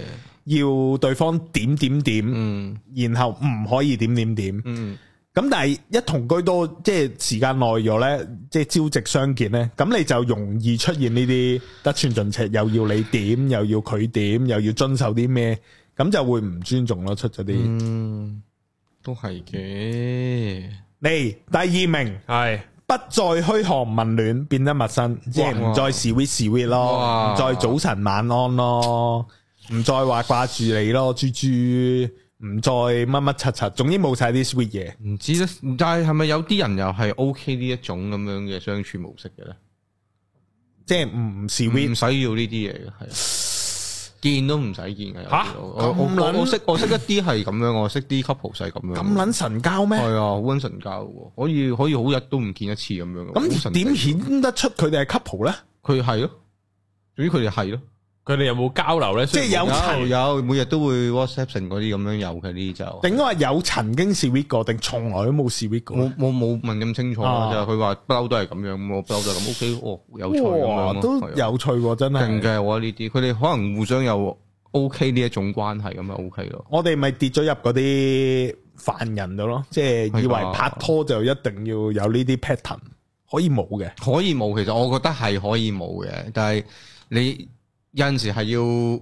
Speaker 2: 要對方點點點，
Speaker 3: 嗯
Speaker 2: 然後唔可以點點點。咁
Speaker 3: 嗯
Speaker 2: 但係一同居多，即係時間耐咗呢，即係朝夕相見呢，咁你就容易出現呢啲得寸進尺，又要你點，又要佢點，又要遵守啲咩，咁就會唔尊重咯，出咗啲。
Speaker 3: 嗯，都係嘅。
Speaker 2: 嚟第二名。
Speaker 1: 係
Speaker 2: 不再噓寒問暖，變得陌生，即係唔再 sweet sweet 咯，
Speaker 3: 哇
Speaker 2: 唔再早晨晚安咯，唔再話掛住你咯，豬豬，唔再乜乜柒柒，總之冇晒啲 sweet 嘢。
Speaker 3: 唔知咧，但係係咪有啲人又係 O K 呢一種咁樣嘅相處模式嘅咧？
Speaker 2: 即係唔
Speaker 3: 唔
Speaker 2: sweet，
Speaker 3: 使要呢啲嘢嘅，係啊見都唔使見嘅。有啲
Speaker 1: 吓
Speaker 3: 我我
Speaker 2: 咁撚
Speaker 3: 我我識我識一啲係咁樣，我識啲 couple 係咁樣。
Speaker 2: 咁撚神交咩
Speaker 3: 係？啊，好撚神交嘅喎，可以可以好日都唔見一次咁樣嘅。好
Speaker 2: 咁
Speaker 3: 神奇
Speaker 2: 點顯得出佢哋係 couple 咧？
Speaker 3: 佢係咯，總之佢哋係咯，
Speaker 1: 佢哋有冇交流咧？
Speaker 2: 即係有
Speaker 3: 有有每日都會 WhatsApp 成嗰啲咁樣有嘅呢啲就。
Speaker 2: 定話有曾經 sweet 過，定從來都冇 sweet 過？
Speaker 3: 冇冇冇問咁清楚啊，
Speaker 2: 啊
Speaker 3: 就係佢話不嬲都係咁樣，我不嬲都係咁。O K，哦，有趣咁
Speaker 2: 哇
Speaker 3: 樣咯，
Speaker 2: 都
Speaker 3: 係啊
Speaker 2: 有趣喎，真
Speaker 3: 勁
Speaker 2: 係。
Speaker 3: 嘅我覺得呢啲，佢哋可能互相有 O K 呢一種關係咁咪 O K 咯。
Speaker 2: 我哋咪跌咗入嗰啲凡人度咯，即係以為
Speaker 3: 係㗎
Speaker 2: 拍拖就一定要有呢啲 pattern，可以冇嘅。
Speaker 3: 可以冇，其實我覺得係可以冇嘅，但係你有陣時係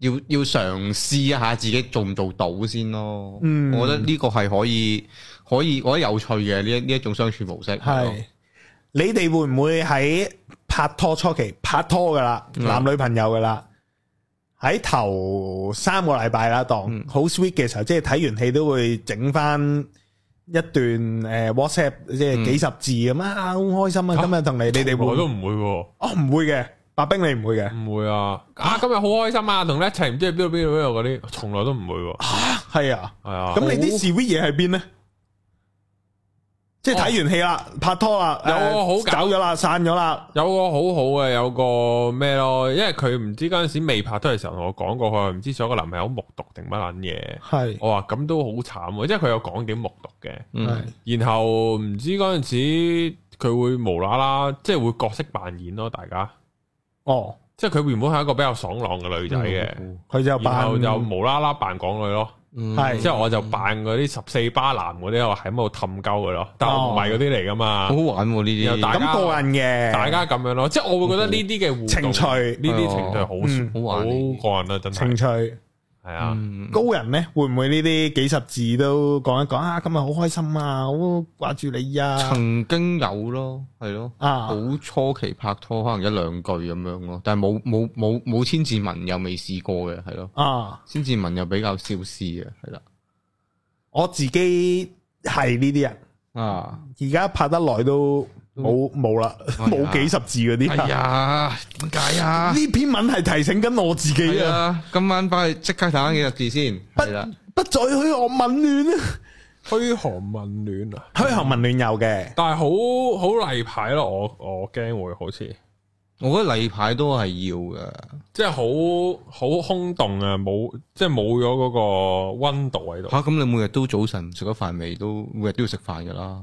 Speaker 3: 要要要嘗試一下自己做唔做到先咯。
Speaker 2: 嗯
Speaker 3: 我覺得呢個係可以可以我覺得有趣嘅呢一呢一種相處模式。
Speaker 2: 系你哋會唔會喺拍拖初期拍拖噶啦，
Speaker 3: 嗯
Speaker 2: 男女朋友噶啦，喺頭三個禮拜啦，當
Speaker 3: 嗯
Speaker 2: 好 sweet 嘅時候，即係睇完戲都會整翻一段诶 WhatsApp，即係幾十字咁啊，好開心啊！
Speaker 1: 嚇
Speaker 2: 今日同你你哋
Speaker 1: 我
Speaker 2: 會
Speaker 1: 都唔會喎，
Speaker 2: 哦唔會嘅，白冰你唔會嘅，
Speaker 1: 唔會啊！啊，今日好開心啊，同你一齊唔知去邊度邊度邊度嗰啲，從來都唔會喎。
Speaker 2: 係啊。
Speaker 1: 係啊，
Speaker 2: 咁你啲 sweet 嘢喺邊呢？即係睇完戲啦，拍拖啦，
Speaker 1: 哦有
Speaker 2: 誒
Speaker 1: 啊好搞
Speaker 2: 走咗啦，散咗啦，
Speaker 1: 有個好好嘅，有個咩咯？因為佢唔知嗰阵时未拍拖嘅時候，同我講過，佢話唔知所有個男朋友目毒定乜撚嘢。
Speaker 2: 係
Speaker 1: 我話咁都好慘喎，即係佢有講點目毒嘅。
Speaker 3: 嗯，
Speaker 1: 然後唔知嗰阵時佢會無啦啦，即係會角色扮演咯，大家。
Speaker 2: 哦。
Speaker 1: 即係佢原本係一個比較爽朗嘅女仔嘅，
Speaker 2: 佢就
Speaker 1: 然
Speaker 2: 嗯扮
Speaker 1: 後就無啦啦扮港女咯。
Speaker 3: 嗯
Speaker 2: 係
Speaker 1: 之後我就扮嗰啲十四巴男嗰啲，我喺度氹鳩佢咯。但我唔係嗰啲嚟噶嘛
Speaker 3: 好好。玩喎
Speaker 1: 又
Speaker 3: 呢
Speaker 1: 大
Speaker 3: 啲，
Speaker 1: 家
Speaker 2: 咁過癮嘅，
Speaker 1: 大家咁樣咯，即係我會覺得呢啲嘅互動
Speaker 2: 情趣
Speaker 1: 呢啲情趣
Speaker 2: 嗯
Speaker 1: 好好
Speaker 3: 好玩呢啲
Speaker 1: 過癮啦，啊真
Speaker 2: 情
Speaker 1: 係
Speaker 2: 趣
Speaker 1: 係啊，
Speaker 3: 嗯
Speaker 2: 高人呢，會唔會呢啲幾十字都講一講啊？今日好開心啊，好掛住你啊，
Speaker 3: 曾經有咯，係咯。
Speaker 2: 啊
Speaker 3: 好初期拍拖可能一兩句咁樣咯，但係冇冇冇冇千字文又未試過嘅，係咯，
Speaker 2: 啊！
Speaker 3: 千字文又比較少試嘅，係啦，
Speaker 2: 我自己係呢啲人，
Speaker 3: 啊，
Speaker 2: 而家拍得耐都
Speaker 1: 啊
Speaker 2: 冇冇啦，
Speaker 3: 哎呀
Speaker 2: 冇幾十字嗰
Speaker 3: 哎
Speaker 2: 啲啊。
Speaker 3: 呀，點解啊？
Speaker 2: 呢篇文係提醒緊我自己
Speaker 3: 係
Speaker 2: 啊，
Speaker 3: 啊，今晚翻去即刻打翻幾日字先，
Speaker 2: 不
Speaker 3: 係啦，
Speaker 2: 不再許我紊亂啊！
Speaker 1: 虛寒問暖啊，
Speaker 2: 虛寒紊亂有嘅，
Speaker 1: 但係好好例牌咯，我我驚會好似
Speaker 3: 我覺得例牌都係要嘅，
Speaker 1: 即係好好空洞啊，冇即係冇咗嗰個温度喺度，
Speaker 3: 吓咁你每日都早晨食咗飯未？都每日都要食飯噶啦，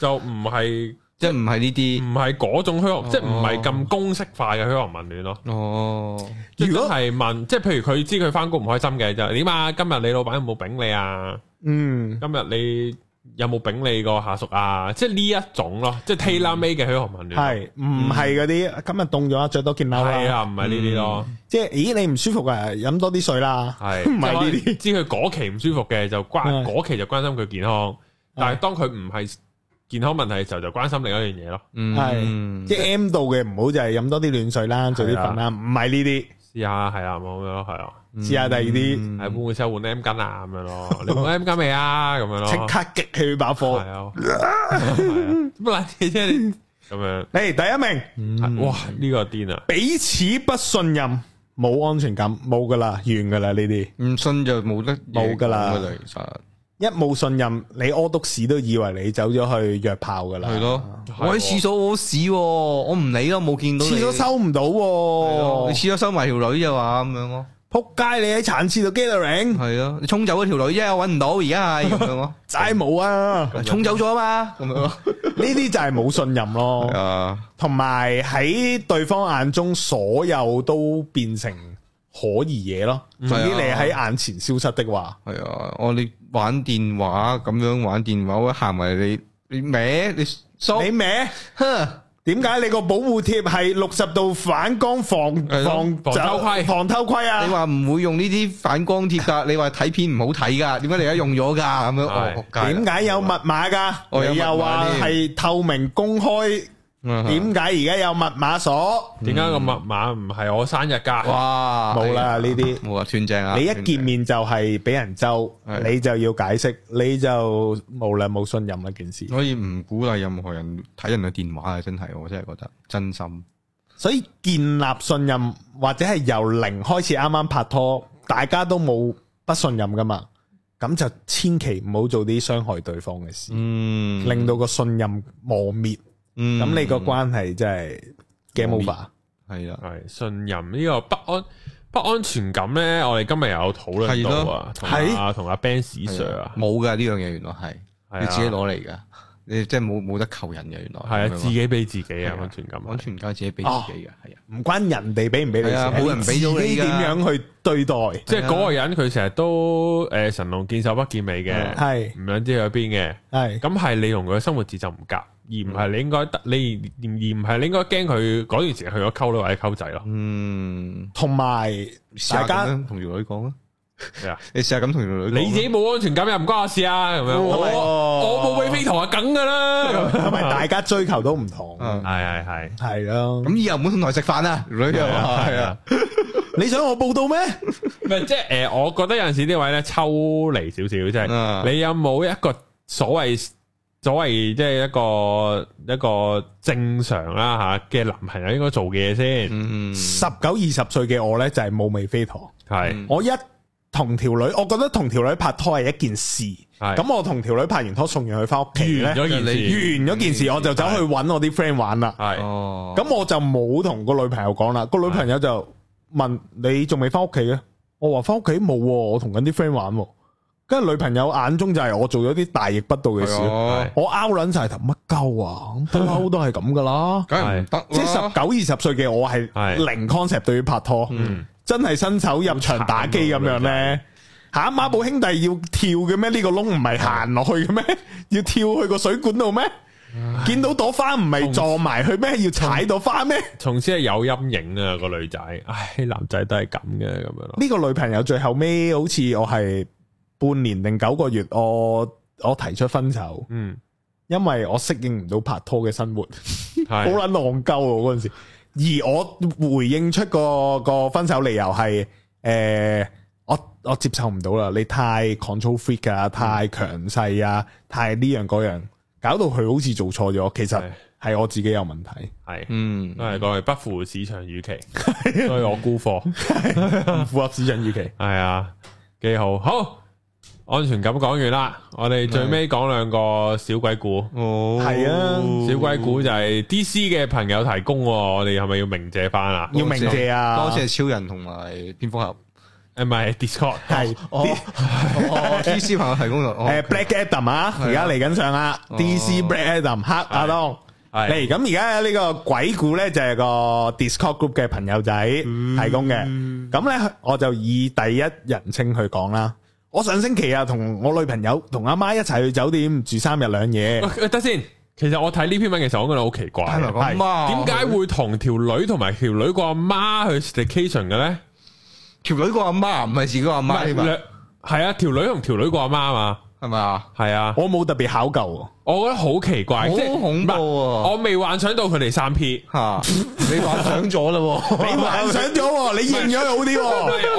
Speaker 1: 就唔係
Speaker 3: 即係唔係呢啲
Speaker 1: 唔係嗰種虛寒，即係唔係咁公式化嘅虛寒問暖咯。
Speaker 2: 嗯
Speaker 3: 哦，
Speaker 1: 即係
Speaker 2: 如果
Speaker 1: 真係問，即係譬如佢知佢翻工唔開心嘅就點啊？今日你老闆有冇丙你啊？
Speaker 2: 嗯，
Speaker 1: 今日你有冇丙你個下屬啊？即係呢一種咯，即係 tailor made 嘅虛寒問暖。
Speaker 2: 係唔係嗰啲今日凍咗啊，着多件褸
Speaker 1: 係
Speaker 2: 啦，
Speaker 1: 啊，唔係呢啲咯，
Speaker 2: 即係咦你唔舒服啊，飲多啲水啦，
Speaker 1: 係
Speaker 2: 嗯 唔係呢啲
Speaker 1: 即係可能知佢嗰期唔舒服嘅就關
Speaker 2: 係
Speaker 1: 嗰期就關心佢健康，但係當佢唔係健康問題嘅時候就關心另一樣嘢咯。
Speaker 3: 嗯，
Speaker 2: 即系 M 度嘅唔好就係飲多啲暖水啦，早啲瞓啦，唔係呢啲，
Speaker 1: 試下係啦，咁樣咯，係啊，
Speaker 2: 試下第二啲，
Speaker 1: 係會唔會之後換 M 巾啊？咁樣咯，你換 M 巾未啊？咁樣咯，
Speaker 2: 即刻激氣爆
Speaker 1: 係
Speaker 2: 貨。
Speaker 1: 啊， 係啊乜撚嘢啫？你咁樣。
Speaker 2: 嚟第一名，
Speaker 1: 係哇！呢個癲啊！
Speaker 2: 彼此不信任，冇安全感，冇噶啦，完噶啦呢啲，
Speaker 3: 唔信就冇得
Speaker 2: 冇㗎啦
Speaker 3: 嘢講㗎其實。
Speaker 2: 一冇信任，你屙督屎都以為你走咗去約炮噶啦，
Speaker 3: 系，咯，
Speaker 1: 係
Speaker 3: 我喺
Speaker 1: 喎
Speaker 3: 廁所屙屎喎，我唔理咯，冇見到你
Speaker 2: 廁所，收唔到
Speaker 3: 係咯你
Speaker 2: 喎，
Speaker 3: 廁所收埋條女就話咁樣咯，
Speaker 2: 扑街你喺殘廁度 gathering，
Speaker 3: 係咯，你沖走嗰條女啫，我搵唔到，而家係咁樣咯，
Speaker 2: 齋冇啊，
Speaker 3: 沖走咗啊嘛，咁樣咯，
Speaker 2: 呢啲就係冇信任 咯。
Speaker 3: 啊，
Speaker 2: 同埋喺對方眼中，所有都變成可疑嘢咯。
Speaker 3: 嗯
Speaker 2: 總之你喺眼前消失的話，
Speaker 3: 係啊，我哋玩電話咁樣玩電話，我行埋你，你歪，你疏，
Speaker 2: 你咩？
Speaker 3: 哼
Speaker 2: 點解你個保護貼係六十度反光防
Speaker 3: 係咯
Speaker 2: 防
Speaker 1: 防偷窺
Speaker 2: 防偷窺
Speaker 3: 你
Speaker 2: 啊？
Speaker 3: 話唔會用呢啲反光 貼㗎，你話睇片唔好睇㗎，點解你而家用咗㗎？咁樣，
Speaker 1: 係
Speaker 3: 哦仆街啦
Speaker 2: 點解有密碼
Speaker 3: 我
Speaker 2: 㗎？
Speaker 3: 哦有
Speaker 2: 你
Speaker 3: 密碼
Speaker 2: 又話
Speaker 3: 添
Speaker 2: 係透明公開，
Speaker 3: 嗯
Speaker 2: 點解而家有密碼鎖？
Speaker 1: 點解個密碼唔係我生日㗎？
Speaker 3: 哇，
Speaker 2: 冇啦
Speaker 3: 哎呀
Speaker 2: 呢啲
Speaker 3: 冇啊，斷正啊，
Speaker 2: 你一
Speaker 3: 斷正
Speaker 2: 見面就係俾人周，
Speaker 3: 係
Speaker 2: 你就要解釋，你就無論冇信任啦件事。
Speaker 3: 所以唔鼓勵任何人睇人嘅電話啊！真係，我真係覺得真心
Speaker 2: 所以建立信任或者係由零開始，啱啱拍拖，大家都冇不信任噶嘛，咁就千祈唔好做啲傷害對方嘅事，
Speaker 3: 嗯
Speaker 2: 令到個信任磨滅，
Speaker 3: 嗯
Speaker 2: 咁你個關係真係 game
Speaker 3: 磨
Speaker 2: over。
Speaker 3: 係啦，
Speaker 1: 係信任呢個不安不安全感咧，我哋今日有討論到啊，同
Speaker 2: 係
Speaker 1: 阿同阿 Ben Sir 啊，
Speaker 3: 冇噶呢樣嘢，原來係
Speaker 1: 係啊
Speaker 3: 你自己攞嚟噶，你即係冇冇得求人嘅，原來
Speaker 1: 係啊，自己俾自己啊
Speaker 3: 係，啊
Speaker 1: 安全感
Speaker 3: 安
Speaker 1: 係
Speaker 3: 全感自己俾自己嘅，係啊，
Speaker 2: 唔關人哋俾唔俾你
Speaker 3: 係啊
Speaker 2: 錢
Speaker 3: 冇人俾到你㗎
Speaker 2: 自己點樣去對待？
Speaker 1: 即係嗰個人佢成日都诶神龍見首不見尾嘅，
Speaker 2: 係
Speaker 1: 唔撚知去邊嘅，
Speaker 2: 係
Speaker 1: 咁係你同佢嘅生活節奏唔夾，而唔係你應該得你而唔係你應該驚佢嗰段時間去咗溝女或者溝仔咯。
Speaker 3: 嗯，
Speaker 2: 同埋
Speaker 3: 試
Speaker 2: 大
Speaker 3: 下
Speaker 2: 家
Speaker 3: 咁樣同條女講啊， 你試下咁同條女講啦，
Speaker 1: 你自己冇安全感又唔關我事啊，咁樣我我冇俾飛圖啊，梗 噶啦，咁
Speaker 2: 同埋大家追求都唔同，
Speaker 3: 嗯
Speaker 1: 係係係，
Speaker 2: 系咯。
Speaker 3: 咁以後唔好同台食飯啦，女又話係啊，
Speaker 2: 你想我報道咩？
Speaker 1: 唔係即係诶，呃我覺得有阵时呢位咧抽離少少，即係
Speaker 3: 嗯
Speaker 1: 你有冇一個所謂所謂即係一個一個正常啦吓嘅男朋友應該做嘅嘢先，
Speaker 3: 嗯
Speaker 2: 十九二十歲嘅我呢，就係冇味飛陀。
Speaker 1: 係
Speaker 2: 我一同條女，我覺得同條女拍拖係一件事。
Speaker 1: 係
Speaker 2: 咁我同條女拍完拖送完佢翻屋企呢，
Speaker 1: 完咗件
Speaker 3: 你
Speaker 1: 事，嗯
Speaker 2: 完咗件事，我就走去揾我啲 friend 玩啦。
Speaker 1: 係
Speaker 3: 哦，
Speaker 2: 咁我就冇同個女朋友講啦。個女朋友就問你仲未翻屋企嘅？我話翻屋企冇喎，我同緊啲 friend 玩喎。跟住女朋友眼中就係我做咗啲大逆不道嘅事。
Speaker 3: 係啊
Speaker 2: 我拗撚晒頭乜鳩啊？不嬲都係咁噶啦。
Speaker 3: 梗係唔得啦，
Speaker 2: 即係十九二十歲嘅我係
Speaker 1: 係
Speaker 2: 零 concept 對於拍拖，
Speaker 1: 嗯
Speaker 2: 真係新手入場打機咁樣
Speaker 1: 好慘啊
Speaker 2: 呢。吓孖寶兄弟要跳嘅咩？呢、個窿唔係行落去嘅咩？ 要跳去個水管度咩？見到朵花唔係撞埋去咩？要踩朵花 咩？
Speaker 1: 從此係有陰影啊個女仔，唉男仔都係咁嘅咁樣咯，
Speaker 2: 呢個女朋友最後尾好似我係半年定九個月，我我提出分手，
Speaker 1: 嗯
Speaker 2: 因為我適應唔到拍拖嘅生活。好
Speaker 1: 係
Speaker 2: 撚戇鳩喎嗰陣時，而我回應出個個分手理由係诶、誒我我接受唔到啦，你太 control freak
Speaker 1: 嗯
Speaker 2: 啊，太強勢啊，太呢樣嗰樣，搞到佢好似做錯咗，其實
Speaker 1: 係
Speaker 2: 係我自己有問題，
Speaker 1: 係。
Speaker 3: 嗯
Speaker 1: 都系佢不符市場預期， 所以我沽貨。
Speaker 2: 唔符合市場預 期。
Speaker 1: 係啊，幾好，好安全感講完啦。我哋最尾講兩個小鬼故，
Speaker 3: 哦，
Speaker 2: 係啊
Speaker 1: 小鬼故就係 D C 嘅朋友提供喎，我哋係咪要鳴謝翻啊？
Speaker 2: 要鳴謝啊
Speaker 3: 多謝超人同埋蝙蝠俠，
Speaker 1: 誒唔係 Discord，
Speaker 2: 係啲
Speaker 3: 哦，DC 朋友提供就
Speaker 2: 誒 Black Adam 啊，而家嚟緊上啊
Speaker 3: 哦
Speaker 2: ，DC Black Adam 黑阿當。
Speaker 1: 係
Speaker 2: 嚟咁而家呢個鬼故咧就係個 Discord group 嘅朋友仔提供嘅，咁咧我就以第一人稱去講啦。我上星期啊，同我女朋友同阿媽一齊去酒店住三日 兩夜，
Speaker 1: 喂喂等先。其實我睇呢篇文嘅時候，我覺得好奇怪，
Speaker 3: 係咪
Speaker 2: 係
Speaker 3: 咁啊？
Speaker 1: 點解會同條女同埋條女個阿媽去 station 嘅咧？
Speaker 3: 條女個阿媽唔係自己個阿
Speaker 1: 唔
Speaker 3: 媽
Speaker 1: 係
Speaker 3: 添啊？
Speaker 1: 兩係啊，條女同條女個阿媽嘛，
Speaker 3: 係咪啊？
Speaker 1: 係啊，
Speaker 2: 我冇特別考究喎。
Speaker 1: 我覺得好奇怪，即係
Speaker 3: 好恐怖啊
Speaker 1: 唔係
Speaker 3: 喎！
Speaker 1: 我未幻想到佢哋三 P，
Speaker 3: 吓，你幻想 咗啦喎！
Speaker 2: 你幻想咗喎，你驗咗好啲喎。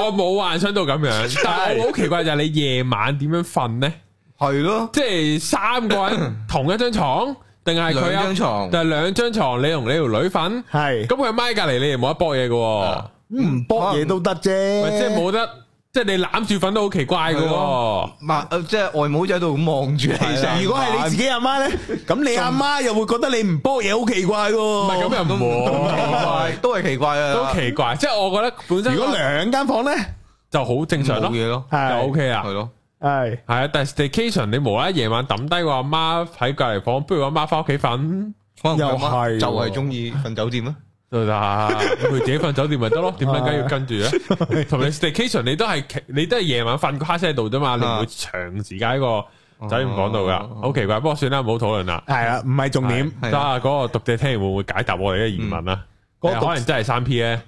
Speaker 1: 我冇幻想到咁樣，但係我好奇怪就係你夜晚點樣瞓呢？
Speaker 3: 係咯，
Speaker 1: 即係三個 人同一張床，定係佢
Speaker 3: 兩
Speaker 1: 有
Speaker 3: 張？床
Speaker 1: 但係兩張床，你同你條女瞓，
Speaker 2: 係
Speaker 1: 咁佢咪隔離，你哋冇得搏嘢嘅
Speaker 3: 啊
Speaker 1: 喎，
Speaker 2: 唔搏嘢都得啫
Speaker 1: 咪，即係冇得，即係你攬住瞓都好奇怪嘅
Speaker 3: 係
Speaker 1: 喎。
Speaker 3: 嘛，呃即係外母仔喺度望住你成。
Speaker 2: 如果係你自，己阿媽咧，咁你阿媽又會覺得你唔搏嘢好奇怪
Speaker 1: 唔係
Speaker 2: 喎。
Speaker 1: 咁又唔會，
Speaker 3: 都係奇怪啊！
Speaker 1: 都奇怪。即係我覺得本身
Speaker 2: 如果兩間房咧，
Speaker 1: 就好正常
Speaker 3: 冇
Speaker 1: 咯，
Speaker 3: 嘢咯，
Speaker 1: 就
Speaker 2: 係
Speaker 1: OK
Speaker 3: 係
Speaker 1: 啊。
Speaker 3: 咯，
Speaker 2: 係。
Speaker 1: 係啊，但係 station 你無啦啦夜晚抌低個阿媽喺隔離房，不如個阿媽翻屋企瞓。
Speaker 3: 可能佢
Speaker 2: 又
Speaker 3: 阿
Speaker 2: 係
Speaker 3: 媽
Speaker 2: 喎
Speaker 3: 就係中意瞓酒店啊。
Speaker 1: 都得，佢自己瞓酒店咪 得
Speaker 2: 啊
Speaker 1: 咯，點解要跟住咧？同你 station 你都係你都係夜晚瞓個黑車度啫
Speaker 2: 啊
Speaker 1: 嘛，你唔會長時間喺個酒店房度噶，好奇怪。不過算啦，唔好討論啦。
Speaker 2: 系啊，唔哦係重點。
Speaker 1: 得啊，嗰個讀者聽完會唔會解答我哋嘅疑問啊？
Speaker 2: 嗯
Speaker 1: 誒
Speaker 2: 嗰個讀
Speaker 1: 可能真係三 P 咧，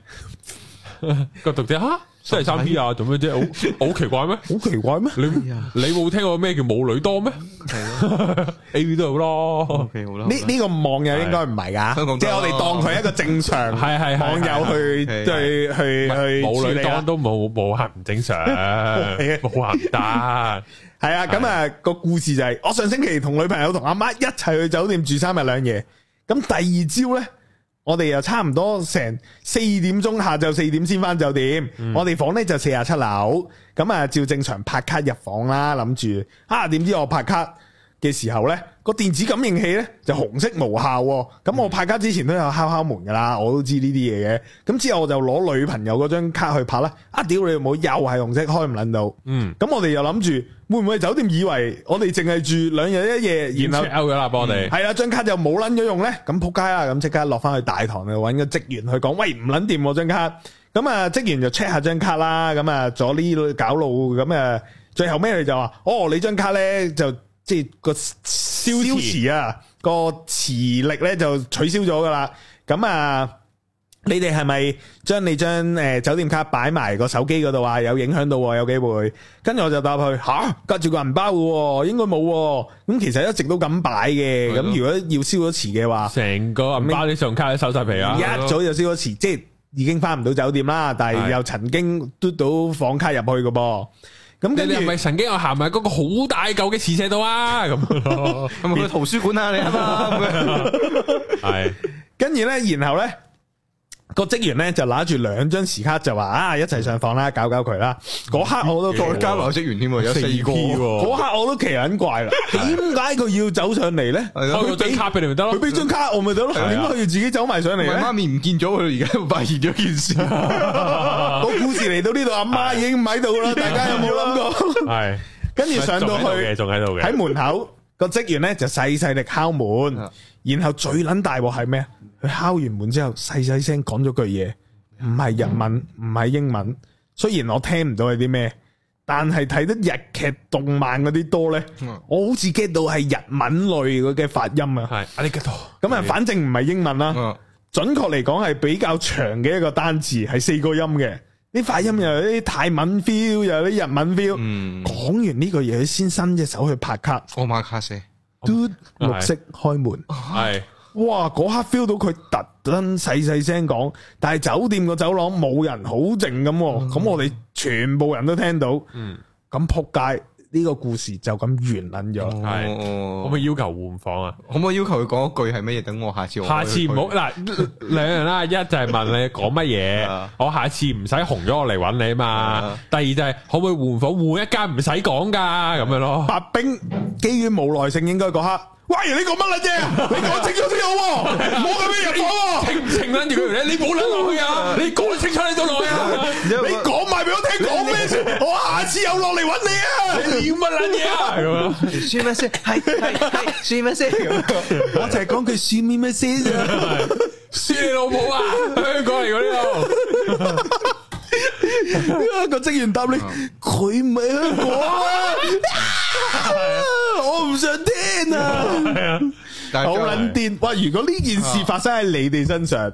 Speaker 1: 個讀者吓真係三 P 啊？做咩啫？好好奇怪咩？
Speaker 2: 好奇怪咩？
Speaker 1: 你
Speaker 3: 呀
Speaker 1: 你冇聽過咩叫母女多咩
Speaker 3: 係咯
Speaker 1: ？A V 都有咯，
Speaker 3: ，OK 好啦。
Speaker 2: 呢呢个網友應該唔係
Speaker 3: 香
Speaker 2: 㗎，
Speaker 3: 港
Speaker 2: 即係
Speaker 3: 都有
Speaker 2: 我哋當佢一個正常
Speaker 1: 係係係
Speaker 2: 網友去
Speaker 3: 係
Speaker 2: 去
Speaker 3: 係
Speaker 2: 去去
Speaker 1: 母
Speaker 2: 處
Speaker 1: 女
Speaker 2: 理啊啦
Speaker 1: 當。都冇冇行 唔正常，冇行唔得。
Speaker 2: 係啊，咁啊個故事就係我上星期同女朋友同阿媽一齊去酒店住三日兩夜，咁第二朝呢，我哋又差唔多成四點鐘下晝四點先翻酒店，我哋房呢就四廿七樓，咁啊照正常拍卡入房啦，諗住啊點知我拍卡嘅時候呢，個電子感應器呢就紅色無效喎，咁我拍卡之前都有敲敲門噶啦，我都知呢啲嘢嘅，咁之後我就攞女朋友嗰張卡去拍啦，啊屌你老母又係紅色開唔撚到。
Speaker 1: 嗯。
Speaker 2: 咁我哋又諗住會唔會酒店以為我哋淨係住兩日一夜，
Speaker 1: 然
Speaker 2: 然
Speaker 1: 後
Speaker 2: 後
Speaker 1: out 咗啦，幫我哋
Speaker 2: 係啦張卡就冇撚咗用呢？咁仆街啦！咁即刻落翻去大堂度揾個職員去講，喂唔撚掂我張卡。咁啊職員就 check 下張卡啦，咁啊左呢搞路，咁啊最後尾佢就話：哦你張卡呢，就即係個消
Speaker 1: 磁
Speaker 2: 磁啊個磁力呢，就取消咗噶啦。咁啊你哋係咪將你張诶酒店卡擺埋個手機嗰度啊？有影響到喎，有機會。跟住我就答佢吓，隔住個銀包嘅喎，應該冇喎。咁其實一直都咁擺嘅。
Speaker 3: 係咯
Speaker 2: 咁如果要燒咗瓷嘅話，
Speaker 1: 成個銀包啲信用卡都收晒皮啊
Speaker 2: 一！早就燒咗匙，即係已經翻唔到酒店啦，但係
Speaker 1: 係
Speaker 2: 又曾經嘟到房卡入去嘅噃。咁
Speaker 1: 你
Speaker 2: 跟住
Speaker 1: 哋係咪曾經有行埋嗰個好大嚿嘅廁車度啊？咁 咯，
Speaker 3: 係咪去圖書館啊？你啊嘛，咁樣
Speaker 1: 係
Speaker 2: 跟住咧，然後咧個職員咧就拿住兩張匙卡就話啊，一齊上房啦，搞搞佢啦。嗰刻我都
Speaker 1: 再
Speaker 3: 再加埋職員添喎，有四個
Speaker 1: P 喎
Speaker 2: 嗰刻我都奇撚怪啦， 點解佢要走上嚟咧？
Speaker 3: 係
Speaker 1: 開
Speaker 3: 咯
Speaker 1: 個張卡俾你咪得咯
Speaker 2: 佢。俾張卡我咪得咯，
Speaker 1: 係啊
Speaker 2: 點解佢要自己走埋上嚟
Speaker 3: 唔
Speaker 2: 咧
Speaker 3: 係？媽咪唔見咗佢，而家發現咗件事。
Speaker 2: 個故事嚟到呢度，阿媽已經唔喺度啦，大家有冇諗過？
Speaker 1: 係
Speaker 2: 跟住上到
Speaker 1: 仲喺度
Speaker 2: 去
Speaker 1: 嘅，。仲喺度嘅
Speaker 2: 喺。門口個職員咧就細細力敲門
Speaker 3: 啊，
Speaker 2: 然後最撚大鑊係咩？佢敲完門之後細細聲講咗句嘢，唔係日文，唔係英文。雖然我聽唔到係啲咩，但係睇得日劇動漫嗰啲多呢，
Speaker 3: 嗯
Speaker 2: 我好似 get 到係日文類嘅發音啊。
Speaker 1: 係阿力吉多，
Speaker 2: 咁啊，反正唔係英文啦。
Speaker 3: 嗯
Speaker 2: 準確嚟講係比較長嘅一個單字，係四個音嘅。啲發音又有啲泰文 feel，又有啲日文 feel。
Speaker 3: 嗯，
Speaker 2: 講完呢句嘢，佢先伸隻手去拍卡。
Speaker 3: 我馬卡西，
Speaker 2: 嘟綠色開門，
Speaker 1: 係
Speaker 2: 哇！嗰刻 feel 到佢特登細細聲講，但係酒店個走廊冇人，好靜咁喎。咁我哋全部人都聽到，
Speaker 1: 嗯
Speaker 2: 咁撲街呢個故事就咁完撚咗。
Speaker 1: 係可唔
Speaker 3: 我
Speaker 1: 可以要求換房啊？
Speaker 3: 可唔可以要求佢講一句係乜嘢？等我下次我
Speaker 1: 下次唔好嗱 兩樣啦，一就係問你講乜嘢
Speaker 3: 啊，我
Speaker 1: 我下次唔使紅咗我嚟揾你嘛
Speaker 3: 啊。
Speaker 1: 第二就係可唔可以換房換一間唔使講噶咁樣咯。
Speaker 2: 白冰基於冇耐性，應該嗰刻，喂！你講乜撚 啫？你講清楚先好喎，冇咁樣入 房喎。
Speaker 1: 情情撚住佢條你冇撚落 去啊！你講清楚你都落去啊！
Speaker 3: 然之後
Speaker 2: 你講埋俾我聽講咩先？我下次又落嚟揾你啊！
Speaker 1: 要乜撚嘢啊？咁樣
Speaker 3: 算咩先？係係係算咩先？
Speaker 2: 我就係講佢算咩咩先啊啫。
Speaker 1: 輸你老母啊！香港嚟嗰呢度。
Speaker 2: 个职员答你，佢唔系香港啊！我唔想听啊！
Speaker 3: 但 係
Speaker 2: 好撚啊癫！哇！如果呢件事發生喺你哋身上，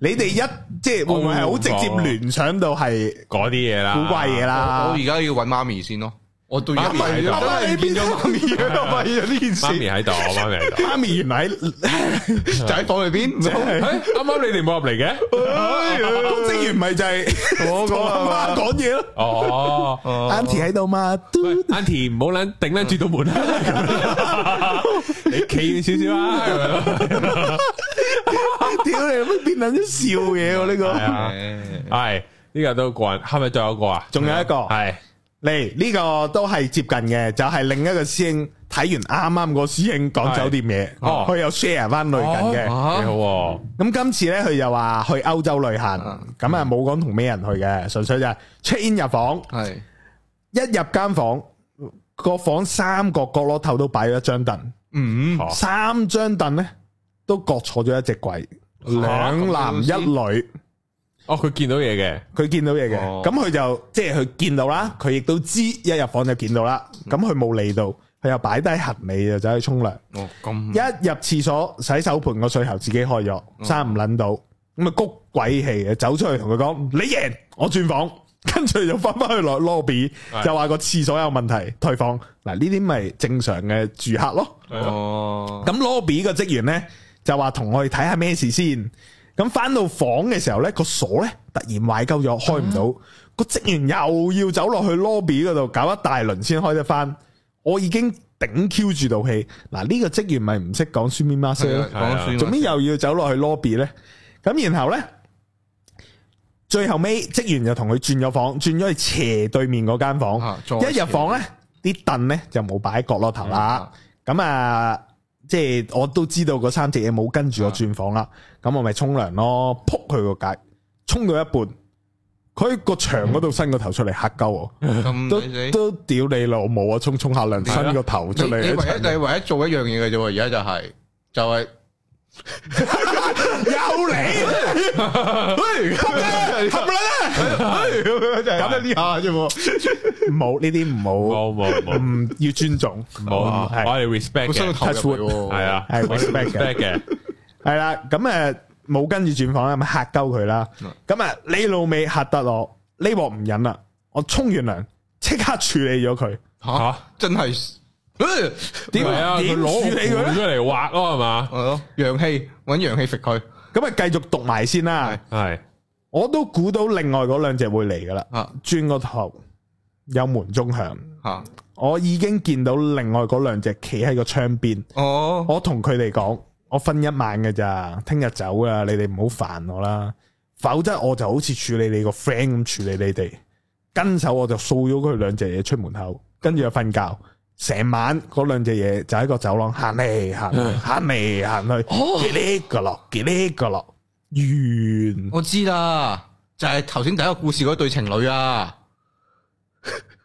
Speaker 2: 你哋一即係會唔會係好直接聯想到係
Speaker 1: 嗰啲嘢啦，
Speaker 2: 古怪嘢
Speaker 3: 我
Speaker 2: 啦
Speaker 3: 而？家要揾媽咪先咯。我對
Speaker 1: 媽咪喺度
Speaker 3: 真係唔見咗媽咪啊！我發現咗呢件
Speaker 1: 媽
Speaker 3: 事，
Speaker 1: 咪 喺度，媽咪喺度。
Speaker 2: 媽咪原來喺
Speaker 3: 就喺房 裏邊。
Speaker 1: 誒啱啱你哋冇入嚟嘅，
Speaker 2: 個職員咪就係
Speaker 3: 我講
Speaker 2: 同阿
Speaker 3: 啊
Speaker 2: 媽講嘢咯。
Speaker 1: 哦。
Speaker 2: Auntie 喺度嘛？
Speaker 1: 喂
Speaker 2: 嘟
Speaker 1: Auntie 唔好捻顶捻住道门 啦， 你企遠少少啊咁樣咯，
Speaker 2: 屌你，乜變撚咗笑嘢喎？呢
Speaker 1: 係
Speaker 2: 個
Speaker 1: 啊，係呢個都個人，係咪仲有個啊？
Speaker 2: 仲有一個
Speaker 1: 係
Speaker 2: 嚟呢個都係接近嘅，就係另一個師兄睇完啱啱個師兄講酒店嘢，
Speaker 1: 哦
Speaker 2: 佢有 share 翻類
Speaker 3: Ờ.
Speaker 2: 近嘅。
Speaker 1: 幾好喎，
Speaker 2: 咁今次咧，佢就話去歐洲旅行，咁啊冇講同咩人去嘅，純粹就係 check in 入房，
Speaker 3: 係
Speaker 2: 一入間房個房三個角落頭都擺咗一張凳，
Speaker 3: 嗯
Speaker 1: 哦
Speaker 2: 三張凳咧都各坐咗一隻鬼，兩男一女，
Speaker 1: 哦佢見到嘢嘅，
Speaker 2: 佢見到嘢嘅，
Speaker 3: 哦
Speaker 2: 咁佢就即係佢見到啦，佢亦都知一入房就見到啦，咁佢冇嚟到，佢又擺低行李就走去沖涼。
Speaker 3: 哦咁
Speaker 2: 一入廁所洗手盆個水喉自己開咗，閂唔撚到，咁啊谷鬼氣啊，走出去同佢講：你贏，我轉房。 跟住就翻翻去落 lobby，
Speaker 1: 係
Speaker 2: 就話個廁所有問題，退房。嗱呢啲咪正常嘅住客咯。
Speaker 3: 哦
Speaker 2: 咁 lobby 個職員呢，就話同我哋睇下咩事先。咁翻到房嘅時候呢，個鎖呢突然壞鳩咗，開唔到。個職員又要走落去 lobby 嗰度搞一大輪先開得翻。我已經頂 Q 住道氣。嗱呢個職員咪唔識講 s u m i m a s
Speaker 3: 係啊
Speaker 2: 咯。
Speaker 3: 講算啦
Speaker 2: 做咩又要走落去 lobby 呢？咁然後呢，最後尾職員就同佢轉咗房，轉咗去斜對面嗰間房。
Speaker 3: 啊再
Speaker 2: 一入房呢，啲凳呢就冇擺喺角落頭
Speaker 3: 啊
Speaker 2: 啦。咁啊，即係我都知道嗰三隻嘢冇跟住我轉房
Speaker 3: 啊
Speaker 2: 啦。咁我咪沖涼咯，撲佢個街，沖到一半，佢個牆嗰度伸個頭出嚟嚇鳩我，
Speaker 3: 咁
Speaker 2: 都
Speaker 3: 嗯你你
Speaker 2: 都屌你老母啊！沖沖下涼，伸個頭出
Speaker 3: 你
Speaker 2: 嚟
Speaker 3: 唯，一你唯一做一樣嘢嘅啫喎，而家就係就係
Speaker 2: 有你，
Speaker 3: 喂
Speaker 2: 冚啦！
Speaker 3: 哎咁樣呢下啫喎，
Speaker 2: 哎冇呢啲冇，
Speaker 1: 冇冇 冇
Speaker 2: 唔要尊重，哦
Speaker 1: 冇，我
Speaker 2: 係
Speaker 1: 哋 respect
Speaker 3: 本身個
Speaker 1: 嘅，
Speaker 3: 頭入嚟喎，
Speaker 1: 係啊，
Speaker 2: 係
Speaker 1: 我哋
Speaker 2: respect 嘅
Speaker 1: respect 嘅，
Speaker 2: 系啦，咁诶冇跟住轉房啦，咪嚇鳩佢啦
Speaker 3: 嗯。
Speaker 2: 咁啊，你老味嚇得我，呢鑊唔忍啦，我沖完涼即刻處理咗佢。
Speaker 3: 吓
Speaker 1: 嚇
Speaker 3: 真 系，係
Speaker 2: 點
Speaker 1: 唔係啊？佢
Speaker 2: 點
Speaker 1: 攞
Speaker 2: 處
Speaker 1: 個
Speaker 2: 理佢咧？
Speaker 1: 盤出嚟畫咯，係嘛？
Speaker 3: 咯，陽氣揾陽氣揈佢
Speaker 2: 咁啊，繼續讀埋先啦
Speaker 3: 係。
Speaker 1: 係
Speaker 2: 我都估到另外嗰兩隻會嚟噶啦。
Speaker 3: 啊
Speaker 2: 轉個頭有門鐘響，
Speaker 3: 吓，
Speaker 2: 我已經見到另外嗰兩隻企喺個窗邊。
Speaker 3: 哦
Speaker 2: 我同佢哋講，我瞓一晚嘅咋，聽日走啦，你哋唔好煩我啦，否則我就好似處理你個 friend 咁處理你哋，跟手我就掃咗佢兩隻嘢出門口，跟住就瞓覺。成晚嗰兩隻嘢就喺個走廊行嚟行去，
Speaker 3: 嗯
Speaker 2: 行嚟行去，
Speaker 3: 哦
Speaker 2: 叽哩個落，叽哩個落，完。
Speaker 3: 我知啦，就係頭先第一個故事嗰對情侶 啊，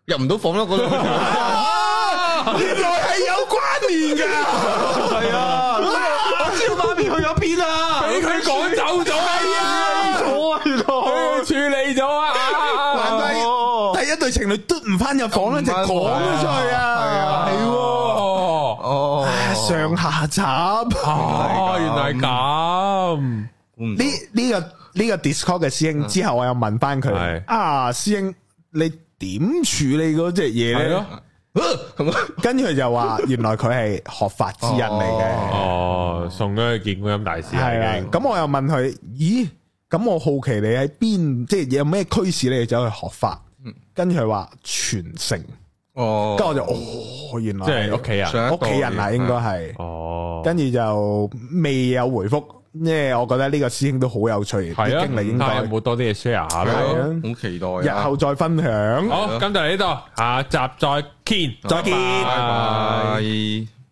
Speaker 3: 入唔到房咯嗰對情侶啊，
Speaker 2: 原來係有關聯噶，
Speaker 3: 係啊，我知道媽咪去咗邊啊，
Speaker 1: 俾佢趕走咗啊！
Speaker 2: 我原來
Speaker 1: 俾
Speaker 3: 아,
Speaker 1: 佢處理咗啊啊！啊啊
Speaker 3: 難怪
Speaker 2: 第一對情侶都唔翻入房咧，就講咗出去
Speaker 3: 啊係
Speaker 2: 啊，
Speaker 3: 啊
Speaker 2: 係喎。
Speaker 1: 哦，
Speaker 3: 哦
Speaker 2: 啊上下集
Speaker 1: 哦，原來
Speaker 3: 原來
Speaker 1: 係
Speaker 3: 係
Speaker 1: 咁。
Speaker 3: 估唔到
Speaker 2: 呢呢個呢個 Discord 嘅師兄之後，我又問翻佢
Speaker 1: 嗯係
Speaker 2: 啊，師兄你點處理嗰隻嘢
Speaker 1: 係
Speaker 2: 咧
Speaker 1: 咯？
Speaker 3: 咁啊
Speaker 2: 跟住佢就 話，原來佢係學法之人嚟嘅，
Speaker 1: 哦，啊送咗去見觀音大師
Speaker 2: 係
Speaker 1: 啦，
Speaker 2: 啦
Speaker 1: 已經。。
Speaker 2: 咁我又問佢，咦？咁我好奇你喺邊，即係有咩驅使你走去學法？
Speaker 1: 嗯
Speaker 2: 跟住佢話傳承，
Speaker 3: 哦
Speaker 2: 跟住我就哦，原來
Speaker 1: 即係屋企人。
Speaker 3: 上一代
Speaker 2: 屋企人啦，應該係。
Speaker 1: 嗯哦，
Speaker 2: 跟住就未有回覆，因為我覺得呢個師兄都好有趣，
Speaker 1: 係
Speaker 2: 啲
Speaker 1: 啊，
Speaker 2: 經歷應
Speaker 1: 睇下有
Speaker 2: 該
Speaker 1: 冇多啲嘢 share 下
Speaker 3: 係
Speaker 1: 咯。
Speaker 3: 咯
Speaker 2: 係啊
Speaker 3: 好期待啊，
Speaker 2: 日後再分享。
Speaker 1: 好，咁就嚟呢度，下集再見，
Speaker 2: 再見
Speaker 1: 拜拜
Speaker 3: 拜拜。